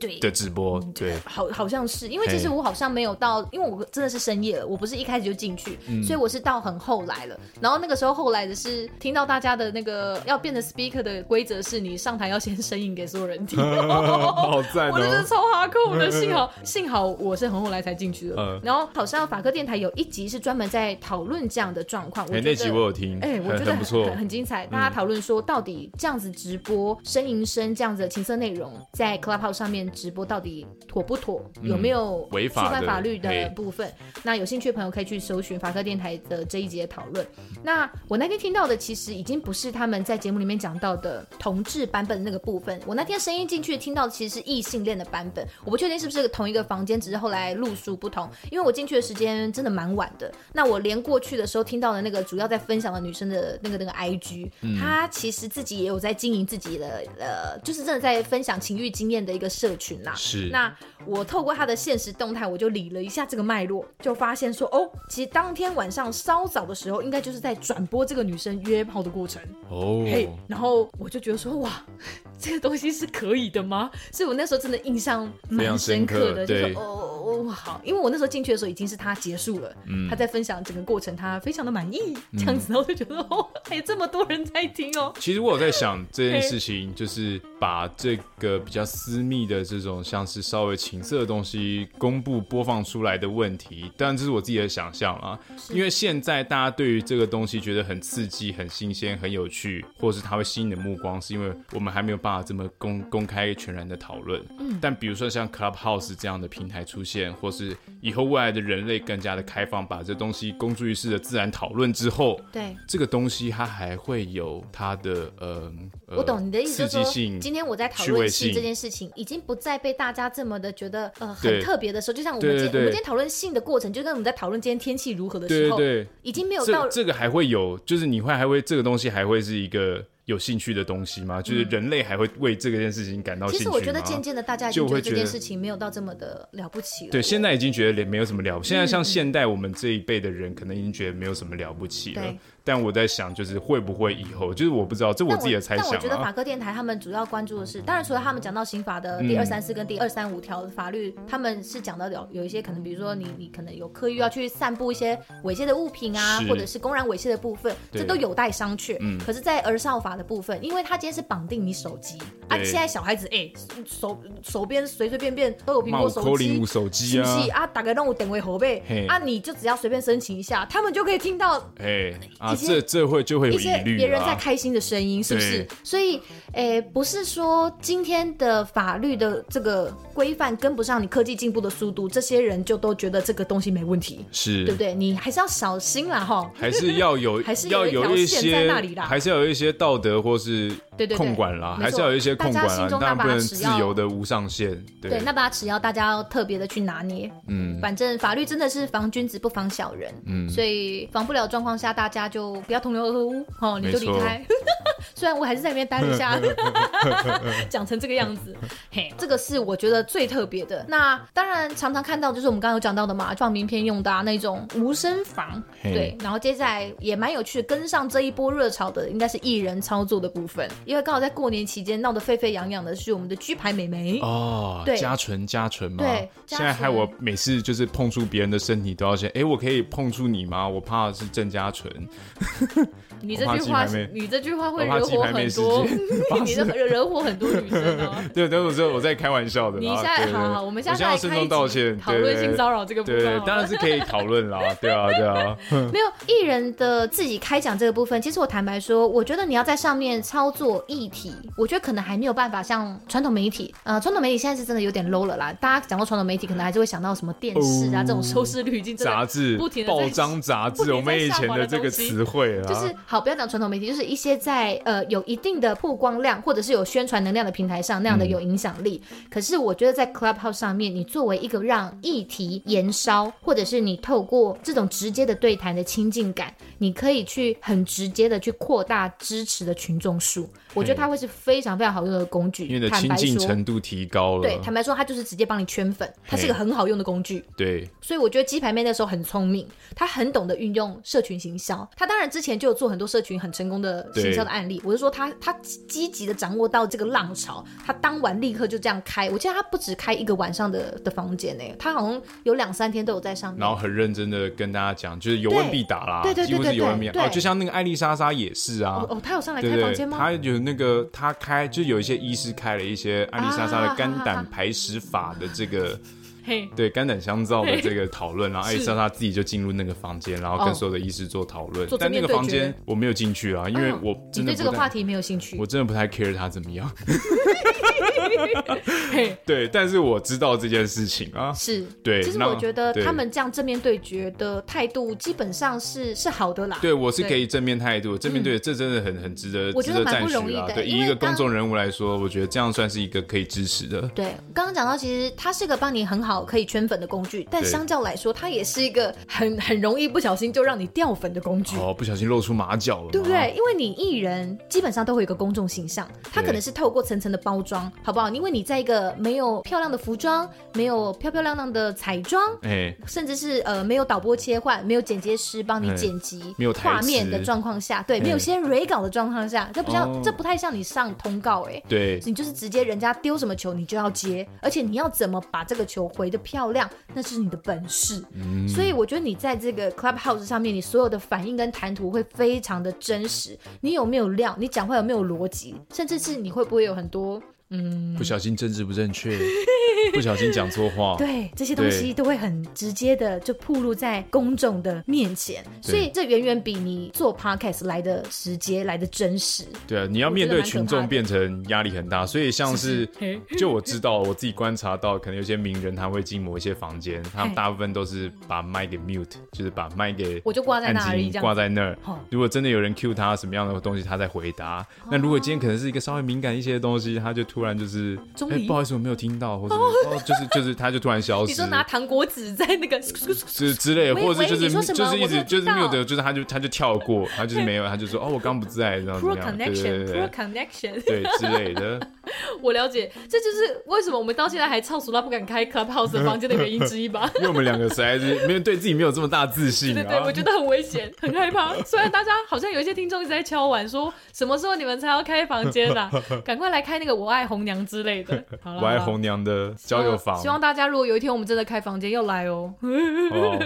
对的直播，对， 好，好像是，因为其实嘿我好像没有到，因为我真的是深夜了，我不是一开始就进去，嗯所以我是到很后来了。然后那个时候后来的是听到大家的那个要变成 speaker 的规则是，你上台要先呻吟给所有人听。嗯好赞 我真的哦！超哈扣的，幸好幸好我是很后来才进去的。嗯然后好像法科电台有一集是专门在讨论这样的状况，我哎，觉得那集我有听，哎、我觉很得很不错嗯很，很精彩。大家讨论说，到底这样子直播、呻吟声这样子的情色内容，在 Clubhouse 上面直播到底妥不妥？有没有嗯违触法的哎犯法律嘿的部分？那有兴趣的朋友可以去搜寻法科电台的这一节讨论。那我那天听到的，其实已经不是他们在节目里面讲到的同志版本的那个部分。我那天声音进去听到，其实是异性恋的版本。我不确定是不是同一个房间，只是后来路数不同。因为我进去的时间真的蛮晚的，那我连过去的时候听到的那个主要在分享的女生的那个那个 IG，、她其实自己也有在经营自己的呃，就是真的在分享情欲经验的一个社群呐、是那我透过他的现实动态，我就理了一下这个脉络，就发现说，哦，其实当天晚上稍早的时候，应该就是在转播这个女生约炮的过程。哦，嘿然后我就觉得说，哇， 这个东西是可以的吗？所以我那时候真的印象蛮深刻的，非常深刻对就是哦哦哦好，因为我那时候进去的时候已经是他结束了，嗯他在分享整个过程，他非常的满意，这样子，然后就觉得哦，哎，这么多人在听哦，其实我有在想这件事情，就是把这个比较私密的这种像是稍微情色的东西公布播放出来的问题，当然这是我自己的想象啊。因为现在大家对于这个东西觉得很刺激、很新鲜、很有趣，或者是它会吸引你的目光，是因为我们还没有办法这么公公开全然的讨论。嗯，但比如说像 Clubhouse 这样的平台出现，或是以后未来的人类更加的开放，把这东西公诸于世的自然讨论之后，对。这个东西它还会有它的呃，呃我懂你的意思，就刺是激说性。今天我在讨趣论味性性这件事情，已经不再被大家这么的觉得呃很对特别的时候，就像我们今对对对我们今天讨论性的过程，就跟我们在讨论今天天气如何的对时对候，对，已经没有到这这个还会有，就是你会还会这个东西还会是一个有兴趣的东西吗？就是人类还会为这个件事情感到嗯兴其趣实吗？我觉得渐渐的，大家已经就觉得会这觉件得事情没有到这么的了不起了。对，现在已经觉得连没有什么了不。现在嗯像现代我们这一辈的人，可能已经觉得没有什么了不起了对。但我在想，就是会不会以后，就是我不知道，这但我自己的猜但我觉想得法啊。科电台他们主要关注的是，当然除了他们讲到刑法的第嗯二三四跟第二三五条的法律，他们是讲到有有一些可能，比如说你你可能有刻意要去散布一些猥亵的物品啊，是或者是公然猥亵的部分，对嗯这都有待商榷。可是，在儿少法的部分，因为他今天是绑定你手机啊，对现在小孩子哎、手手边随随便便都有苹骂果我手扣机零五。手机是不啊，是啊？打个任务等为后背嘿啊，你就只要随便申请一下，他们就可以听到哎啊，一些这这会就会有一疑些虑别人啊在开心的声音，是不是对？所以，诶，不是说今天的法律的这个规范跟不上你科技进步的速度，这些人就都觉得这个东西没问题，是对不对？你还是要小心啦，哈。还是要有，还是有要一条有一线些在那里啦还是要有一些道德或是对对对控管啦，没错还是要有一些控管大家心啦，中那当然把不能尺自要由的无上限。对，那把尺要大家要特别的去拿捏。嗯，反正法律真的是防君子不防小人。嗯，所以防不了状况下，大家就不要同流合污哦，你就离没错开。 虽然我还是在里面待了一 下，讲成这个样子，嘿，这个是我觉得最特别的。那当然常常看到就是我们刚刚有讲到的嘛，放名片用的啊那种无声房，嘿对。然后接下来也蛮有趣的，跟上这一波热潮的应该是艺人操作的部分，因为刚好在过年期间闹得沸沸扬扬的是我们的居牌美眉。哦对，加纯加纯嘛，对加现在害纯我每次就是碰触别人的身体都要先，哎，我可以碰触你吗？我怕是郑嘉纯， 你这句话是你这句话我怕鸡排妹事 件，你的惹惹火很多女生 哦。对，等我说我在开玩笑的啦。你现在对对好好对我我们现在要来慎开一重道集歉，讨对论对性对骚扰这个部对分对好，当了然是可以讨论啦，对啊，对啊，没有艺人的自己开讲这个部分，其实我坦白说，我觉得你要在上面操作议题，我觉得可能还没有办法像传统媒体，呃，传统媒体现在是真的有点 low 了啦。大家讲到传统媒体，可能还是会想到什么电视啊、哦这种收收视，视率已经真杂的志不停、地在报章、杂不志，停我们在以下前滑的的这东个西词汇啊，就是好，不要讲传统媒体，就是一些在呃有一定的曝光量或者是有宣传能量的平台上那样的嗯有影响力。可是我觉得在 Clubhouse 上面，你作为一个让议题延烧，或者是你透过这种直接的对谈的亲近感，你可以去很直接的去扩大支持的群众数。我觉得它会是非常非常好用的工具。因为你的坦亲白近说，程度提高了，对，坦白说，它就是直接帮你圈粉，它是个嘿很好用的工具。对，所以我觉得鸡排妹那时候很聪明，她很懂得运用社群行销。她当然之前就有做很多社群很成功的行销的案例。我是说她，她积极的掌握到这个浪潮，她当晚立刻就这样开。我记得她不止开一个晚上的的房间呢、她好像有两三天都有在上面然。后很认真的跟大家讲，就是有问必答啦，对对对几乎是有问必对对答。对哦，就像那个艾丽莎莎也是啊哦，哦，她有上来对开对房对，间吗？她有那个她开，就有一些医师开了一些艾丽莎莎啊的肝啊啊胆排石法的 这个。嘿，对肝胆相照的这个讨论，然后艾丽莎莎自己就进入那个房间，然后哦跟所有的医师做讨论做。但那个正面房对决间我没有进去啊，因为嗯我你真的对这个不话太，题没有兴趣 我。真的不太 care 她怎么样。嘿对，但是我知道这件事情啊，是，对其实那我觉得对他们这样正面对决的态度，基本上是是好的啦。对，我是对嗯给予正面态度，正面对这真的很很值得，我值觉得得蛮赞不许容易啦。的对，以因一为个公当众人物来说，我觉得这样算是一个可以支持的。对，刚刚讲到，其实它是个帮你很好可以圈粉的工具，但对相较来说，它也是一个很很容易不小心就让你掉粉的工具。哦，不小心露出马脚了，对不对？？因为你艺人基本上都会有一个公众形象，他可能是透过层层的包装，好不好？因为你在一个没有漂亮的服装、没有漂漂亮亮的彩妆，哎，甚至是呃没有导播切换、没有剪接师帮你哎剪辑、没有台词画面的状况下，对，没有哎先 re 稿的状况下，这不像、哦这不太像你上通告哎、对，你就是直接人家丢什么球你就要接，而且你要怎么把这个球回的漂亮，那是你的本事。嗯所以我觉得你在这个 Clubhouse 上面，你所有的反应跟谈吐会非常的真实。你有没有料？你讲话有没有逻辑？甚至是你会不会有很多嗯不小心政治不正确，不小心讲错话， 对哦这些东西对都会很直接的就暴露在公众的面前，所以这远远比你做 podcast 来的直接，来的真实。对啊，你要我觉面得对蛮可群怕的众变成压力很大，所以像是 就我知道，我自己观察到，可能有些名人他会进某一些房间，他嘿们大部分都是把麦给 mute，就是把麦给我就挂在按那而已，这静音样子挂在那儿哦。如果真的有人 cue 他什么样的东西，他在回答。那如果今天可能是一个稍微敏感一些的东西，他就突然就是钟哎离不好意思我没有听到，或者哦就是就是他就突然消失。 你说拿糖果纸在那 个，之之类的，我以或者是为你就说是什就么是一直我没有就是听没有到的，就是他就他就跳过，他就是没有，他就说哦我刚不在这样 Poor 怎么样，对对 connection, 对 poor 对 connection。对之类的，我了解，这就是为什么我们到现在还操俗到不敢开 Clubhouse 的房间的原因之 一吧。因为我们两个实在是没有对自己没有这么大自信对对对，啊我。觉得很危险，很害怕。虽然大家好像有一些听众一直在敲碗说，什么时候你们才要开房间啊？赶快来开那个“我爱红娘”之类的。好啦我爱好啦红娘的交友房希望大家如果有一天我们真的开房间，要来哦。 哦，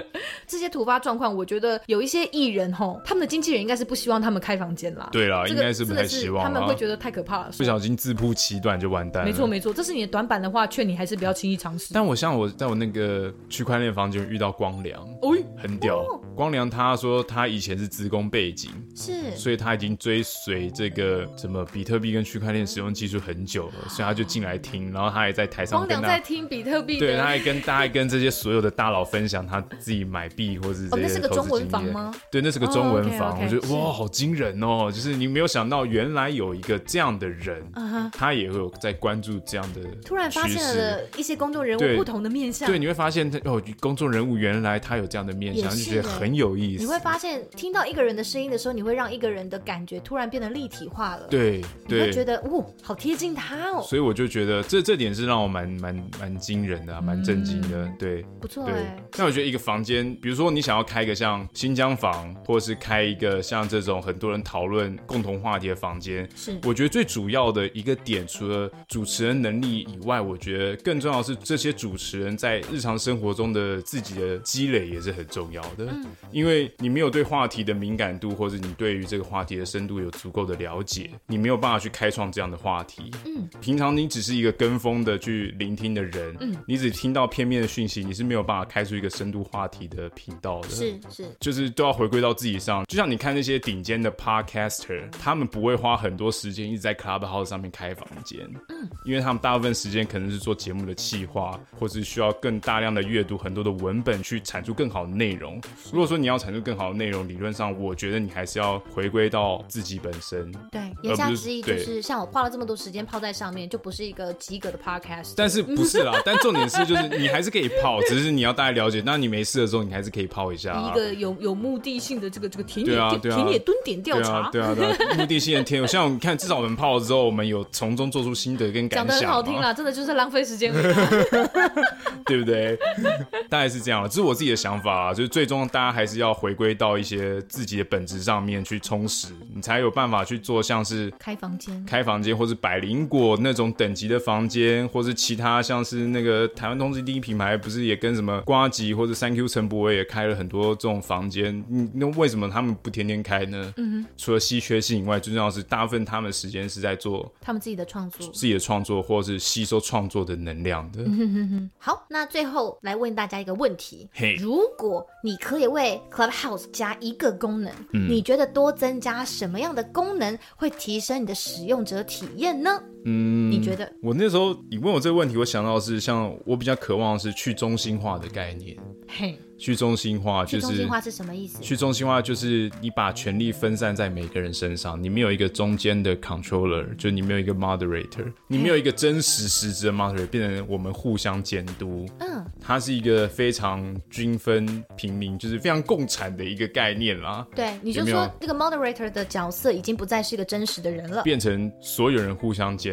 这些突发状况，我觉得有一些艺人吼，他们的经纪人应该是不希望他们开房间啦。对啦，这应个该是不真的太希望他们会啊。觉得太可怕了。不小心自曝其短就完蛋了。没错没错，这是你的短板的话，劝你还是不要轻易尝试。但我像我在我那个区块链房间遇到光良，哦，很屌。光良他说他以前是职工背景，是所以他已经追随这个什么比特币跟区块链使用技术很久了，所以他就进来听，然后他还在台上光跟良在大听比特 币对，他的，还跟大家跟这些所有的大佬分享他自己买币或是哦那这是些个投中资文经房验吗对，那是个哦中文 OK，OK，房，我觉得是哇，好惊人哦！就是你没有想到，原来有一个这样的人，啊他也会有在关注这样的趋势。嗯突然发现了一些公众人物对不同的面相。对，你会发现他哦，公众人物原来他有这样的面相，也就是觉得欸很有意思。你会发现，听到一个人的声音的时候，你会让一个人的感觉突然变得立体化了。，对你会觉对，得，哦，好贴近他哦，所以我就觉得这这点是让我蛮蛮蛮惊人的、啊，蛮震惊的。嗯对不错对哎，，那我觉得一个房间，比如说你想要开一个像新疆房，或是开一个像这种很多人讨论共同话题的房间，是我觉得最主要的一个点，除了主持人能力以外，我觉得更重要的是这些主持人在日常生活中的自己的积累也是很重要的。因为你没有对话题的敏感度，或者你对于这个话题的深度有足够的了解，你没有办法去开创这样的话题。嗯，平常你只是一个跟风的去聆听的人，嗯，你只听到片面的讯息，你是没有办法开出一个深度话题的频道的。是是，就是都要回归到自己上。就像你看那些顶尖的 podcaster，他们不会花很多时间一直在 Clubhouse 上面开房间，嗯，因为他们大部分时间可能是做节目的企划，或是需要更大量的阅读很多的文本去产出更好的内容。如果说你要产出更好的内容，理论上我觉得你还是要回归到自己本身。对。言下之意就呃对是，像我花了这么多时间泡在上面，就不是一个及格的 podcast。但是不是啦？但重点是，就是你还是可以泡，只是你要大概了解。那你没事的时候，你还是可以泡一下、一 啊。个有有目的性的这个这个田野对啊调对啊田野蹲点调查，对啊，对啊，对 啊，目的性的天，像你看，至少我们泡了之后，我们有从中做出心得跟讲感的很想，好听啦，真的就是浪费 时间而已。对不对？大概是这样了，这是我自己的想法啊，就是最终大家还是要回归到一些自己的本质上面去充实，你才有办法去做像是。开房间，开房间，或是百灵果那种等级的房间，或是其他像是那个台湾同志第一品牌，不是也跟什么瓜吉或者三 Q 陈柏伟也开了很多这种房间，嗯，那为什么他们不天天开呢？嗯除了稀缺性以外，最重要的是大部分他们的时间是在做他们自己的创作。自己的创作，或是吸收创作的能量的。嗯好，那最后来问大家一个问题嘿：如果你可以为 Clubhouse 加一个功能，嗯你觉得多增加什么样的功能会提升你的使用者体验呢？嗯，你觉得？我那时候你问我这个问题，我想到的是像我比较渴望的是去中心化的概念，嘿，去中心化去就中心是。化是什么意思？去中心化就是你把权力分散在每个人身上，你没有一个中间的 controller，就你没有一个 moderator，你没有一个真实实质的 moderator，变成我们互相监督。嗯，它是一个非常均分平民，就是非常共产的一个概念啦。对，你就有没有说这个 moderator 的角色已经不再是一个真实的人了。变成所有人互相监督。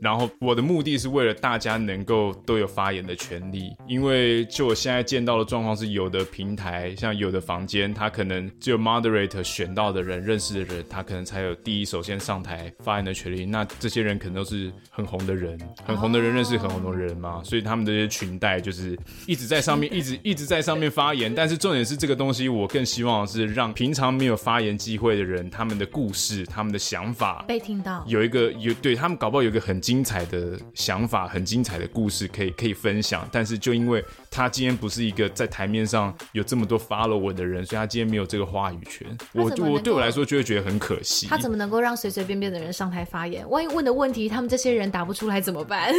然后我的目的是为了大家能够都有发言的权利，因为就我现在见到的状况是，有的平台像有的房间，它可能只有 moderator 选到的人、认识的人，他可能才有第一首先上台发言的权利。那这些人可能都是很红的人，很红的人认识很红的人嘛，所以他们的这些裙带就是一直在上面，一直一直在上面发言。但是重点是这个东西，我更希望的是让平常没有发言机会的人，他们的故事、他们的想法被听到，有一个有对他们搞不好有一个很精彩的想法，很精彩的故事可以可以分享，但是就因为他今天不是一个在台面上有这么多 follow 我的人，所以他今天没有这个话语权。我怎么能我够对我来说就会觉得很可惜。他怎么能够让随随便便的人上台发言？万一问的问题他们这些人答不出来怎么办？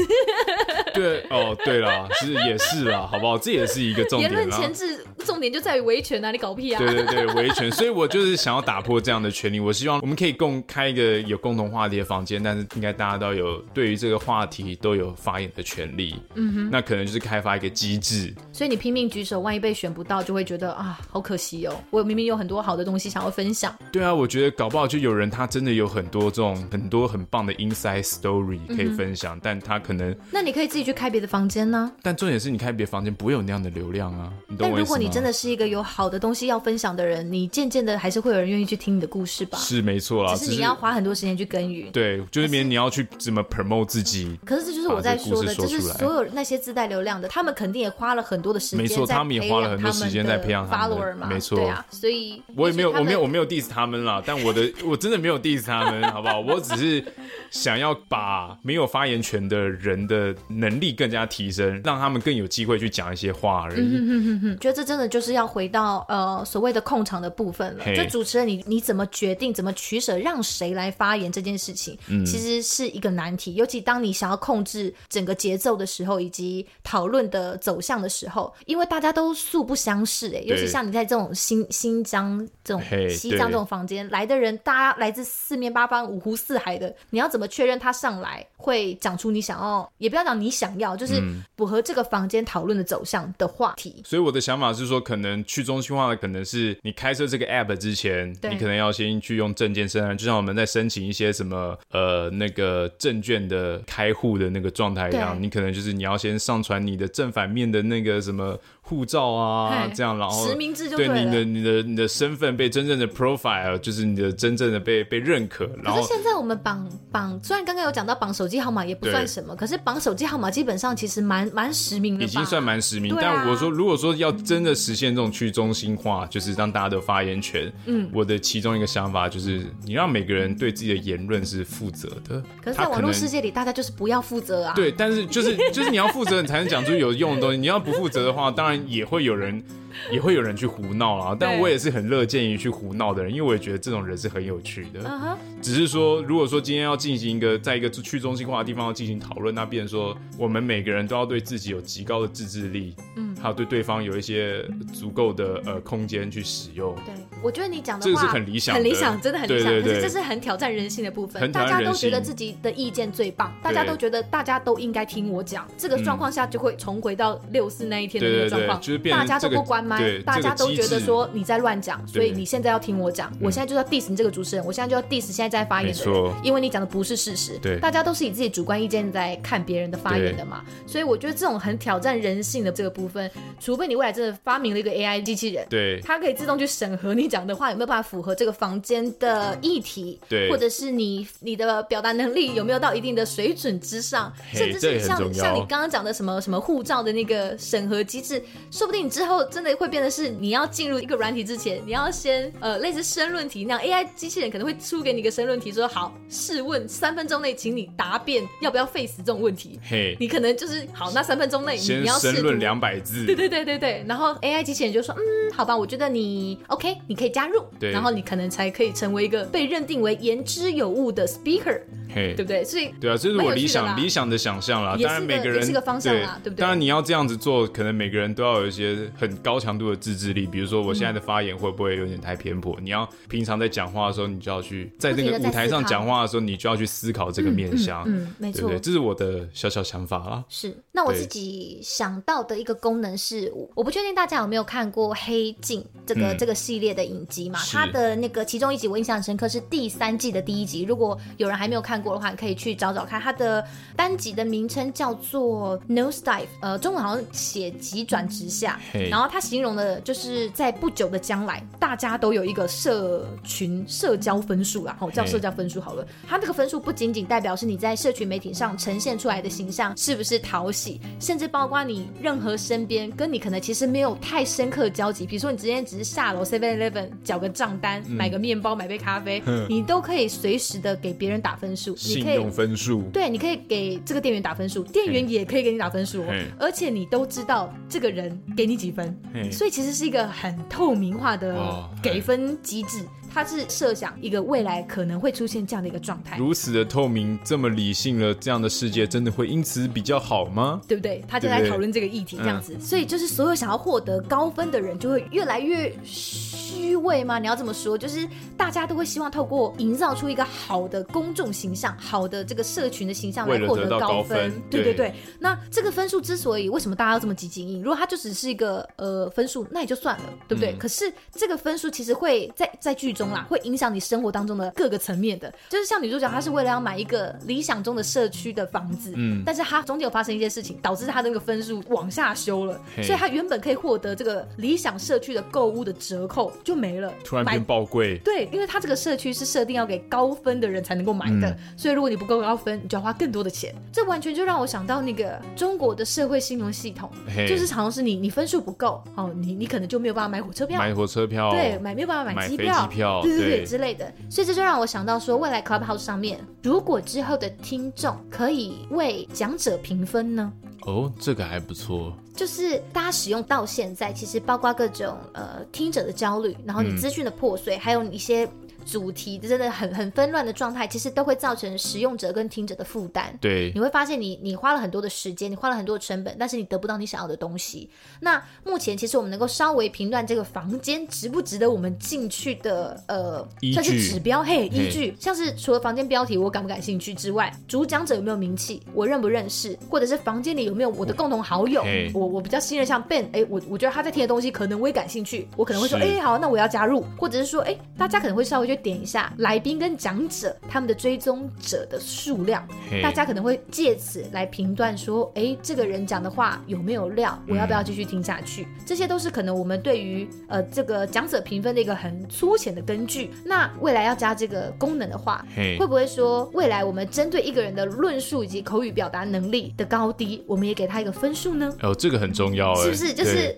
对哦，对啦，是也是啦，好不好？这也是一个重言点论啦。前置重点就在于维权啊，你搞屁啊！对对对，维权，所以我就是想要打破这样的权利。我希望我们可以共开一个有共同话题的房间，但是应该大家都有对于这个话题都有发言的权利。嗯哼，那可能就是开发一个机制，所以你拼命举手，万一被选不到，就会觉得啊，好可惜哦。我明明有很多好的东西想要分享，对啊，我觉得搞不好就有人他真的有很多这种很多很棒的 inside story 嗯可以分享，但他可能，那你可以自己去开别的房间呢、但重点是你开别的房间不会有那样的流量啊，你懂但我意思吗？如果你真的是一个有好的东西要分享的人，你渐渐的还是会有人愿意去听你的故事吧。是没错啦，只是你要花很多时间去耕耘。对，就是免你要去怎么 promote 自己。可是这就是我在说的，把这个故就事是说出来所有那些自带流量的，他们肯定也花了很多的时间没在培养错他他们们也花了很多时间在培养他们的 follower 嘛，没错对啊，所以我也没有，也许他们我没有，我没有 diss 他们啦，但我 的我真的没有 diss 他们，好不好？我只是想要把没有发言权的人的能力更加提升，让他们更有机会去讲一些话而已。嗯觉得这真的就是要回到呃所谓的控场的部分了。嘿就主持人你你怎么决定、怎么取舍，让谁来发言这件事情，嗯其实是一个难题。尤其当你想要控制整个节奏的时候，以及讨论的走向的时候，因为大家都素不相识、欸，尤其对像你在这种新新疆这种嘿西藏对这种房间来的人，大家来自四面八方、五湖四海的，你要怎么确认他上来会讲出你想要，也不要讲你想要，就是嗯符合这个房间讨论的走向的话题？所以我的想法是说，可能去中心化的可能是你开设这个 app 之前，对你可能要先去用证件申请，就像我们在申请一些什么呃那个证券的开户的那个状态一样，对你可能就是你要先上传你的正反面的那个什么护照啊嘿，这样，然后实名制就对对你的了你的你的身份被真正的 profile，就是你的真正的被被认可，然可是后现在我们绑绑，虽然刚刚有讲到绑手机号码也不算对什么，可是绑手机号码基本上其实蛮蛮实名的吧，已经算蛮实名。对啊但我说，如果说要真的实现这种去中心化，就是让大家都有发言权，嗯，我的其中一个想法就是，你让每个人对自己的言论是负责的。可是，他在网络能世界里，大家就是不要负责啊。 对，但是就是就是你要负责，你才能讲出有用的东西。你要不负责的话，当然也会有人 也会有人去胡闹啦。但对我也是很乐见于去胡闹的人，因为我也觉得这种人是很有趣的。嗯哼，只是说，如果说今天要进行一个在一个去中心化的地方要进行讨论，那变成说我们每个人都要对自己有极高的自制力，嗯，还有对对方有一些足够的呃空间去使用。对，我觉得你讲的话这个是很理想的很理想，真的很理想。对对对可是这是很挑战人性的部分，很大挑家都战人觉性得自己的意见最棒，大家都觉得大家都应该听我讲。这个状况下就会重回到六四那一天的那对个对状对况，就是变大成家都这个不关麦，对大这个家都机觉得制说你在乱讲，所以对嗯你现在要听我讲，我现在就要 diss 你这个主持人，我现在就要 diss 现在在发言的没人错，因为你讲的不是事实。对大家都是以自己主观意见在看别人的发言的嘛，所以我觉得这种很挑战人性的这个部分，除非你未来真的发明了一个 AI 机器人。对它可以自动去审核你讲的话有没有办法符合这个房间的议题，对或者是你你的表达能力有没有到一定的水准之上，嘿甚至这是也很像重要像你刚刚讲的什么什么护照的那个审核机制，说不定你之后真的会变得是你要进入一个软体之前，你要先呃类似申论题那样，AI 机器人可能会出给你一个申论题说好试问三分钟内，请你答辩要不要 face 这种问题，嘿，你可能就是好那三分钟内你先你要试申论图两百字，对对对对对，然后 AI 机器人就说，嗯，好吧，我觉得你 OK，你可以加入，对然后你可能才可以成为一个被认定为言之有物的 speaker，嘿对不，对？所以对啊，这是我理蛮有趣的想啦理想的想象啦。也是当然，个每也人是个方向啦对不对当然，你要这样子做，可能每个人都要有一些很高强度的自制力。比如说，我现在的发言会不会有点太偏颇？你要平常在讲话的时候，你就要去在那不停地个在舞台思上考讲话的时候，你就要去思考这个面向，嗯嗯没对错不对？这是我的小小想法啊啦。是，那我对自己想到的一个功能是，我我不确定大家有没有看过《黑镜》这个、嗯这个系列的影集嘛？是它的那个其中一集我印象很深刻，是第三季的第一集。如果有人还没有看过的话，你可以去找找看。它的单集的名称叫做 Nose Dive，呃，中文好像写急转直下。嘿然后它形容的就是在不久的将来，大家都有一个社群社交分数啦，哦好叫嘿社交分数好了。它这个分数不仅仅代表是你在社群媒体上呈现出来的形象是不是讨喜，甚至包括你任何身边跟你可能其实没有太深刻的交集，比如说你之前只是下楼 Seven Eleven 缴个账单、嗯买个面包、买杯咖啡，你都可以随时的给别人打分数，你信可以用分数，对，你可以给这个店员打分数，店员也可以给你打分数、哦嘿，而且你都知道这个人给你几分，嘿所以其实是一个很透明化的嗯哦嘿给分机制，它是设想一个未来可能会出现这样的一个状态。如此的透明，这么理性了，这样的世界真的会因此比较好吗？对不对？他就对不在对嗯讨论这个议题，这样子，所以就是所有想要获得高分的人，就会越来越虚伪吗？你要这么说，就是大家都会希望透过营造出一个好的公众形象、好的这个社群的形象为来了获得到高高分对对对。那这个分数之所以为什么大家要这么积极应，如果它就只是一个呃分数，那也就算了，对不嗯对？可是这个分数其实会在在剧中啦，会影响你生活当中的各个层面的。就是像女主角，她是为了要买一个理想中的社区的房子，嗯，但是她中间有发生一些事情，导致她的那个分数往下修了，嘿所以她原本可以获得这个理想社区的购物的折扣就没了，突然变买爆贵，对，因为它这个社区是设定要给高分的人才能够买嗯的，所以如果你不够高分，你就要花更多的钱。这完全就让我想到那个中国的社会信用系统，嘿就是好像是你你分数不够，哦，你你可能就没有办法买火车票。买火车票，啊对，买没有办法买买机飞票，机票对对对之类的，所以这就让我想到说，未来 Clubhouse 上面，如果之后的听众可以为讲者评分呢？哦，这个还不错，就是大家使用到现在，其实包括各种呃听者的焦虑，然后你资讯的破碎，还有你一些主题真的很很纷乱的状态，其实都会造成使用者跟听者的负担。对你，会发现你你花了很多的时间，你花了很多的成本，但是你得不到你想要的东西。那目前其实我们能够稍微评断这个房间值不值得我们进去的，呃依，算是据指标嘿嘿依据，像是除了房间标题我感不感兴趣之外，主讲者有没有名气，我认不认识，或者是房间里有没有我的共同好友嘿，我我比较信任像 Ben，哎，我我觉得他在听的东西可能我也感兴趣，我可能会说，是哎，好，那我要加入，或者是说，哎，大家可能会稍微去点一下来宾跟讲者他们的追踪者的数量，嘿大家可能会借此来评断说，诶，这个人讲的话有没有料，嗯我要不要继续听下去？这些都是可能我们对于呃这个讲者评分的一个很粗浅的根据。那未来要加这个功能的话，嘿会不会说未来我们针对一个人的论述以及口语表达能力的高低，我们也给他一个分数呢？哦，这个很重要，哎是不是？就对是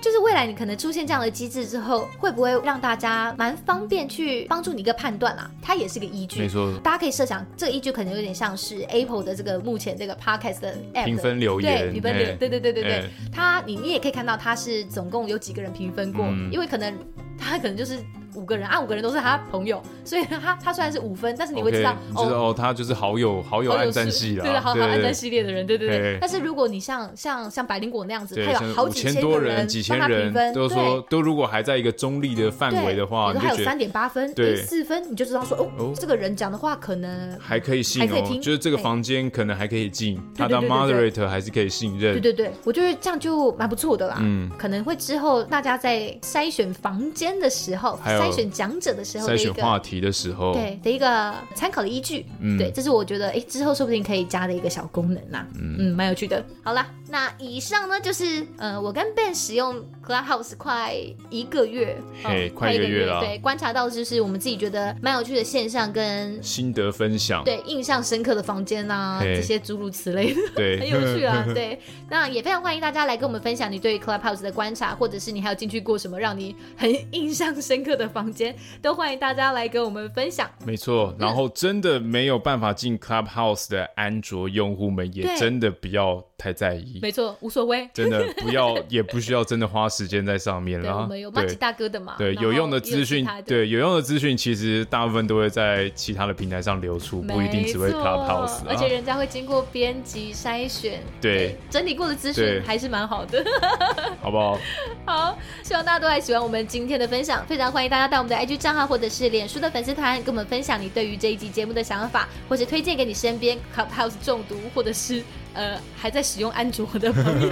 就是未来你可能出现这样的机制之后，会不会让大家蛮方便去帮助你一个判断啦？它也是个依据，没错大家可以设想，这个依据可能有点像是 Apple 的这个目前这个 Podcast 的 App 的评分留对言评分留哎言，对对对对对哎，它你你也可以看到它是总共有几个人评分过，因为可能它可能就是五个人啊，五个人都是他朋友，所以他他虽然是五分，但是你 OK，会知道你知道哦，他就是好友好友好暗友战是系啦，对的，好好对暗战系列的人，对对对对。但是如果你像像像百灵果那样子，对，他有像好五几千个多人、几帮千他评分，人，都说都如果还在一个中立的范对围的比话，你如说还就有觉得三点八分，对四分，你就知道说哦哦，这个人讲的话可能还可以信还可以哦，听就是这个哎房间可能还可以进，他对当对对 moderator 还是可以信对任。对对，我觉得这样就蛮不错的啦。嗯，可能会之后大家在筛选房间的时候，还有筛选讲者的时候的筛一选个话题的时候，对的一个参考的依据。嗯对，这是我觉得哎之后说不定可以加的一个小功能啦。嗯蛮有趣的。好啦，那以上呢就是呃我跟 Ben 使用 Clubhouse 快一个月，哦嘿快一个月啦对，观察到就是我们自己觉得蛮有趣的现象跟。心得分享，对，印象深刻的房间啊，嘿这些诸如此类的。对，很有趣 啊，对，那也非常欢迎大家来跟我们分享你对 Clubhouse 的观察，或者是你还有进去过什么让你很印象深刻的房间，都欢迎大家来跟我们分享。没嗯错，然后真的没有办法进 Clubhouse 的安卓用户们，也对真的不要太在意，没错，无所谓。真的不要， 也不需要真的花时间在上面对，啦。我们有马吉大哥的嘛，对，然对后有用的也有资讯其他，的，对有用的资讯，其实大部分都会在其他的平台上流出，没不一定只会错 Clubhouse 而且啊。人家会经过编辑筛选，对，整理过的资对讯还是蛮好的。啊好不 好？好，希望大家都还喜欢我们今天的分享，非常欢迎大家到我们的 IG 账号或者是脸书的粉丝团，跟我们分享你对于这一集节目的想法，或者推荐给你身边 Clubhouse 中毒或者是呃还在使用安卓的朋 友。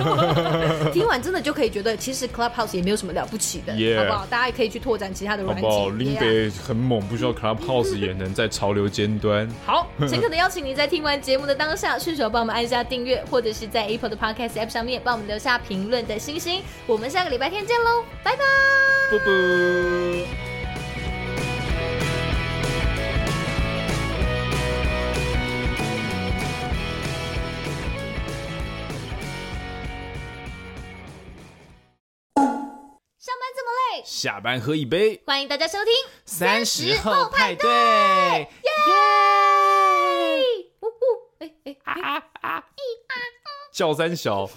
听完真的就可以觉得，其实 Clubhouse 也没有什么了不起的 Yeah 好不好？大家也可以去拓展其他的好软不好？件林 yeah。北很猛，不需要 Clubhouse 也能在潮流尖端。好，诚恳的邀请你在听完节目的当下，顺手帮我们按下订阅，或者是在 Apple 的 Podcast App 上面帮我们留下评论的星星。我们下个礼拜天见喽，拜拜。啵啵。上班这么累，下班喝一杯，欢迎大家收听。三十后派对。呜呜，哎哎哎，叫三小。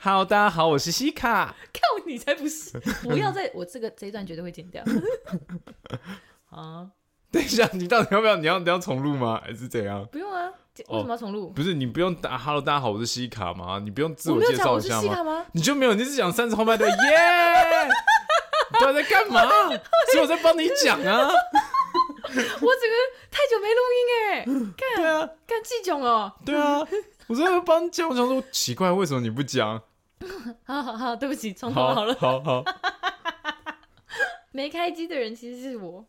好，大家好，我是西卡。看 你才 不是！不要再，我这个这一段绝对会剪掉。啊，等一下，你到底要不要？你要你要重录吗？还是怎样？不用啊，剪哦为什么要重录？不是，你不用打 “hello，大家好，我是西卡”吗？你不用 自我没有介讲绍我一是下西卡吗？吗？ 你就没有？你只讲三十后半对，耶！你到底在干嘛？所以我在帮你讲啊。我整个太久没录音哎，对啊，干季囧哦。 对啊，我在帮你讲。我想说，奇怪，为什么你不讲？好好哦好，对不 起，从头好好了。好好。没开机的人其实是我。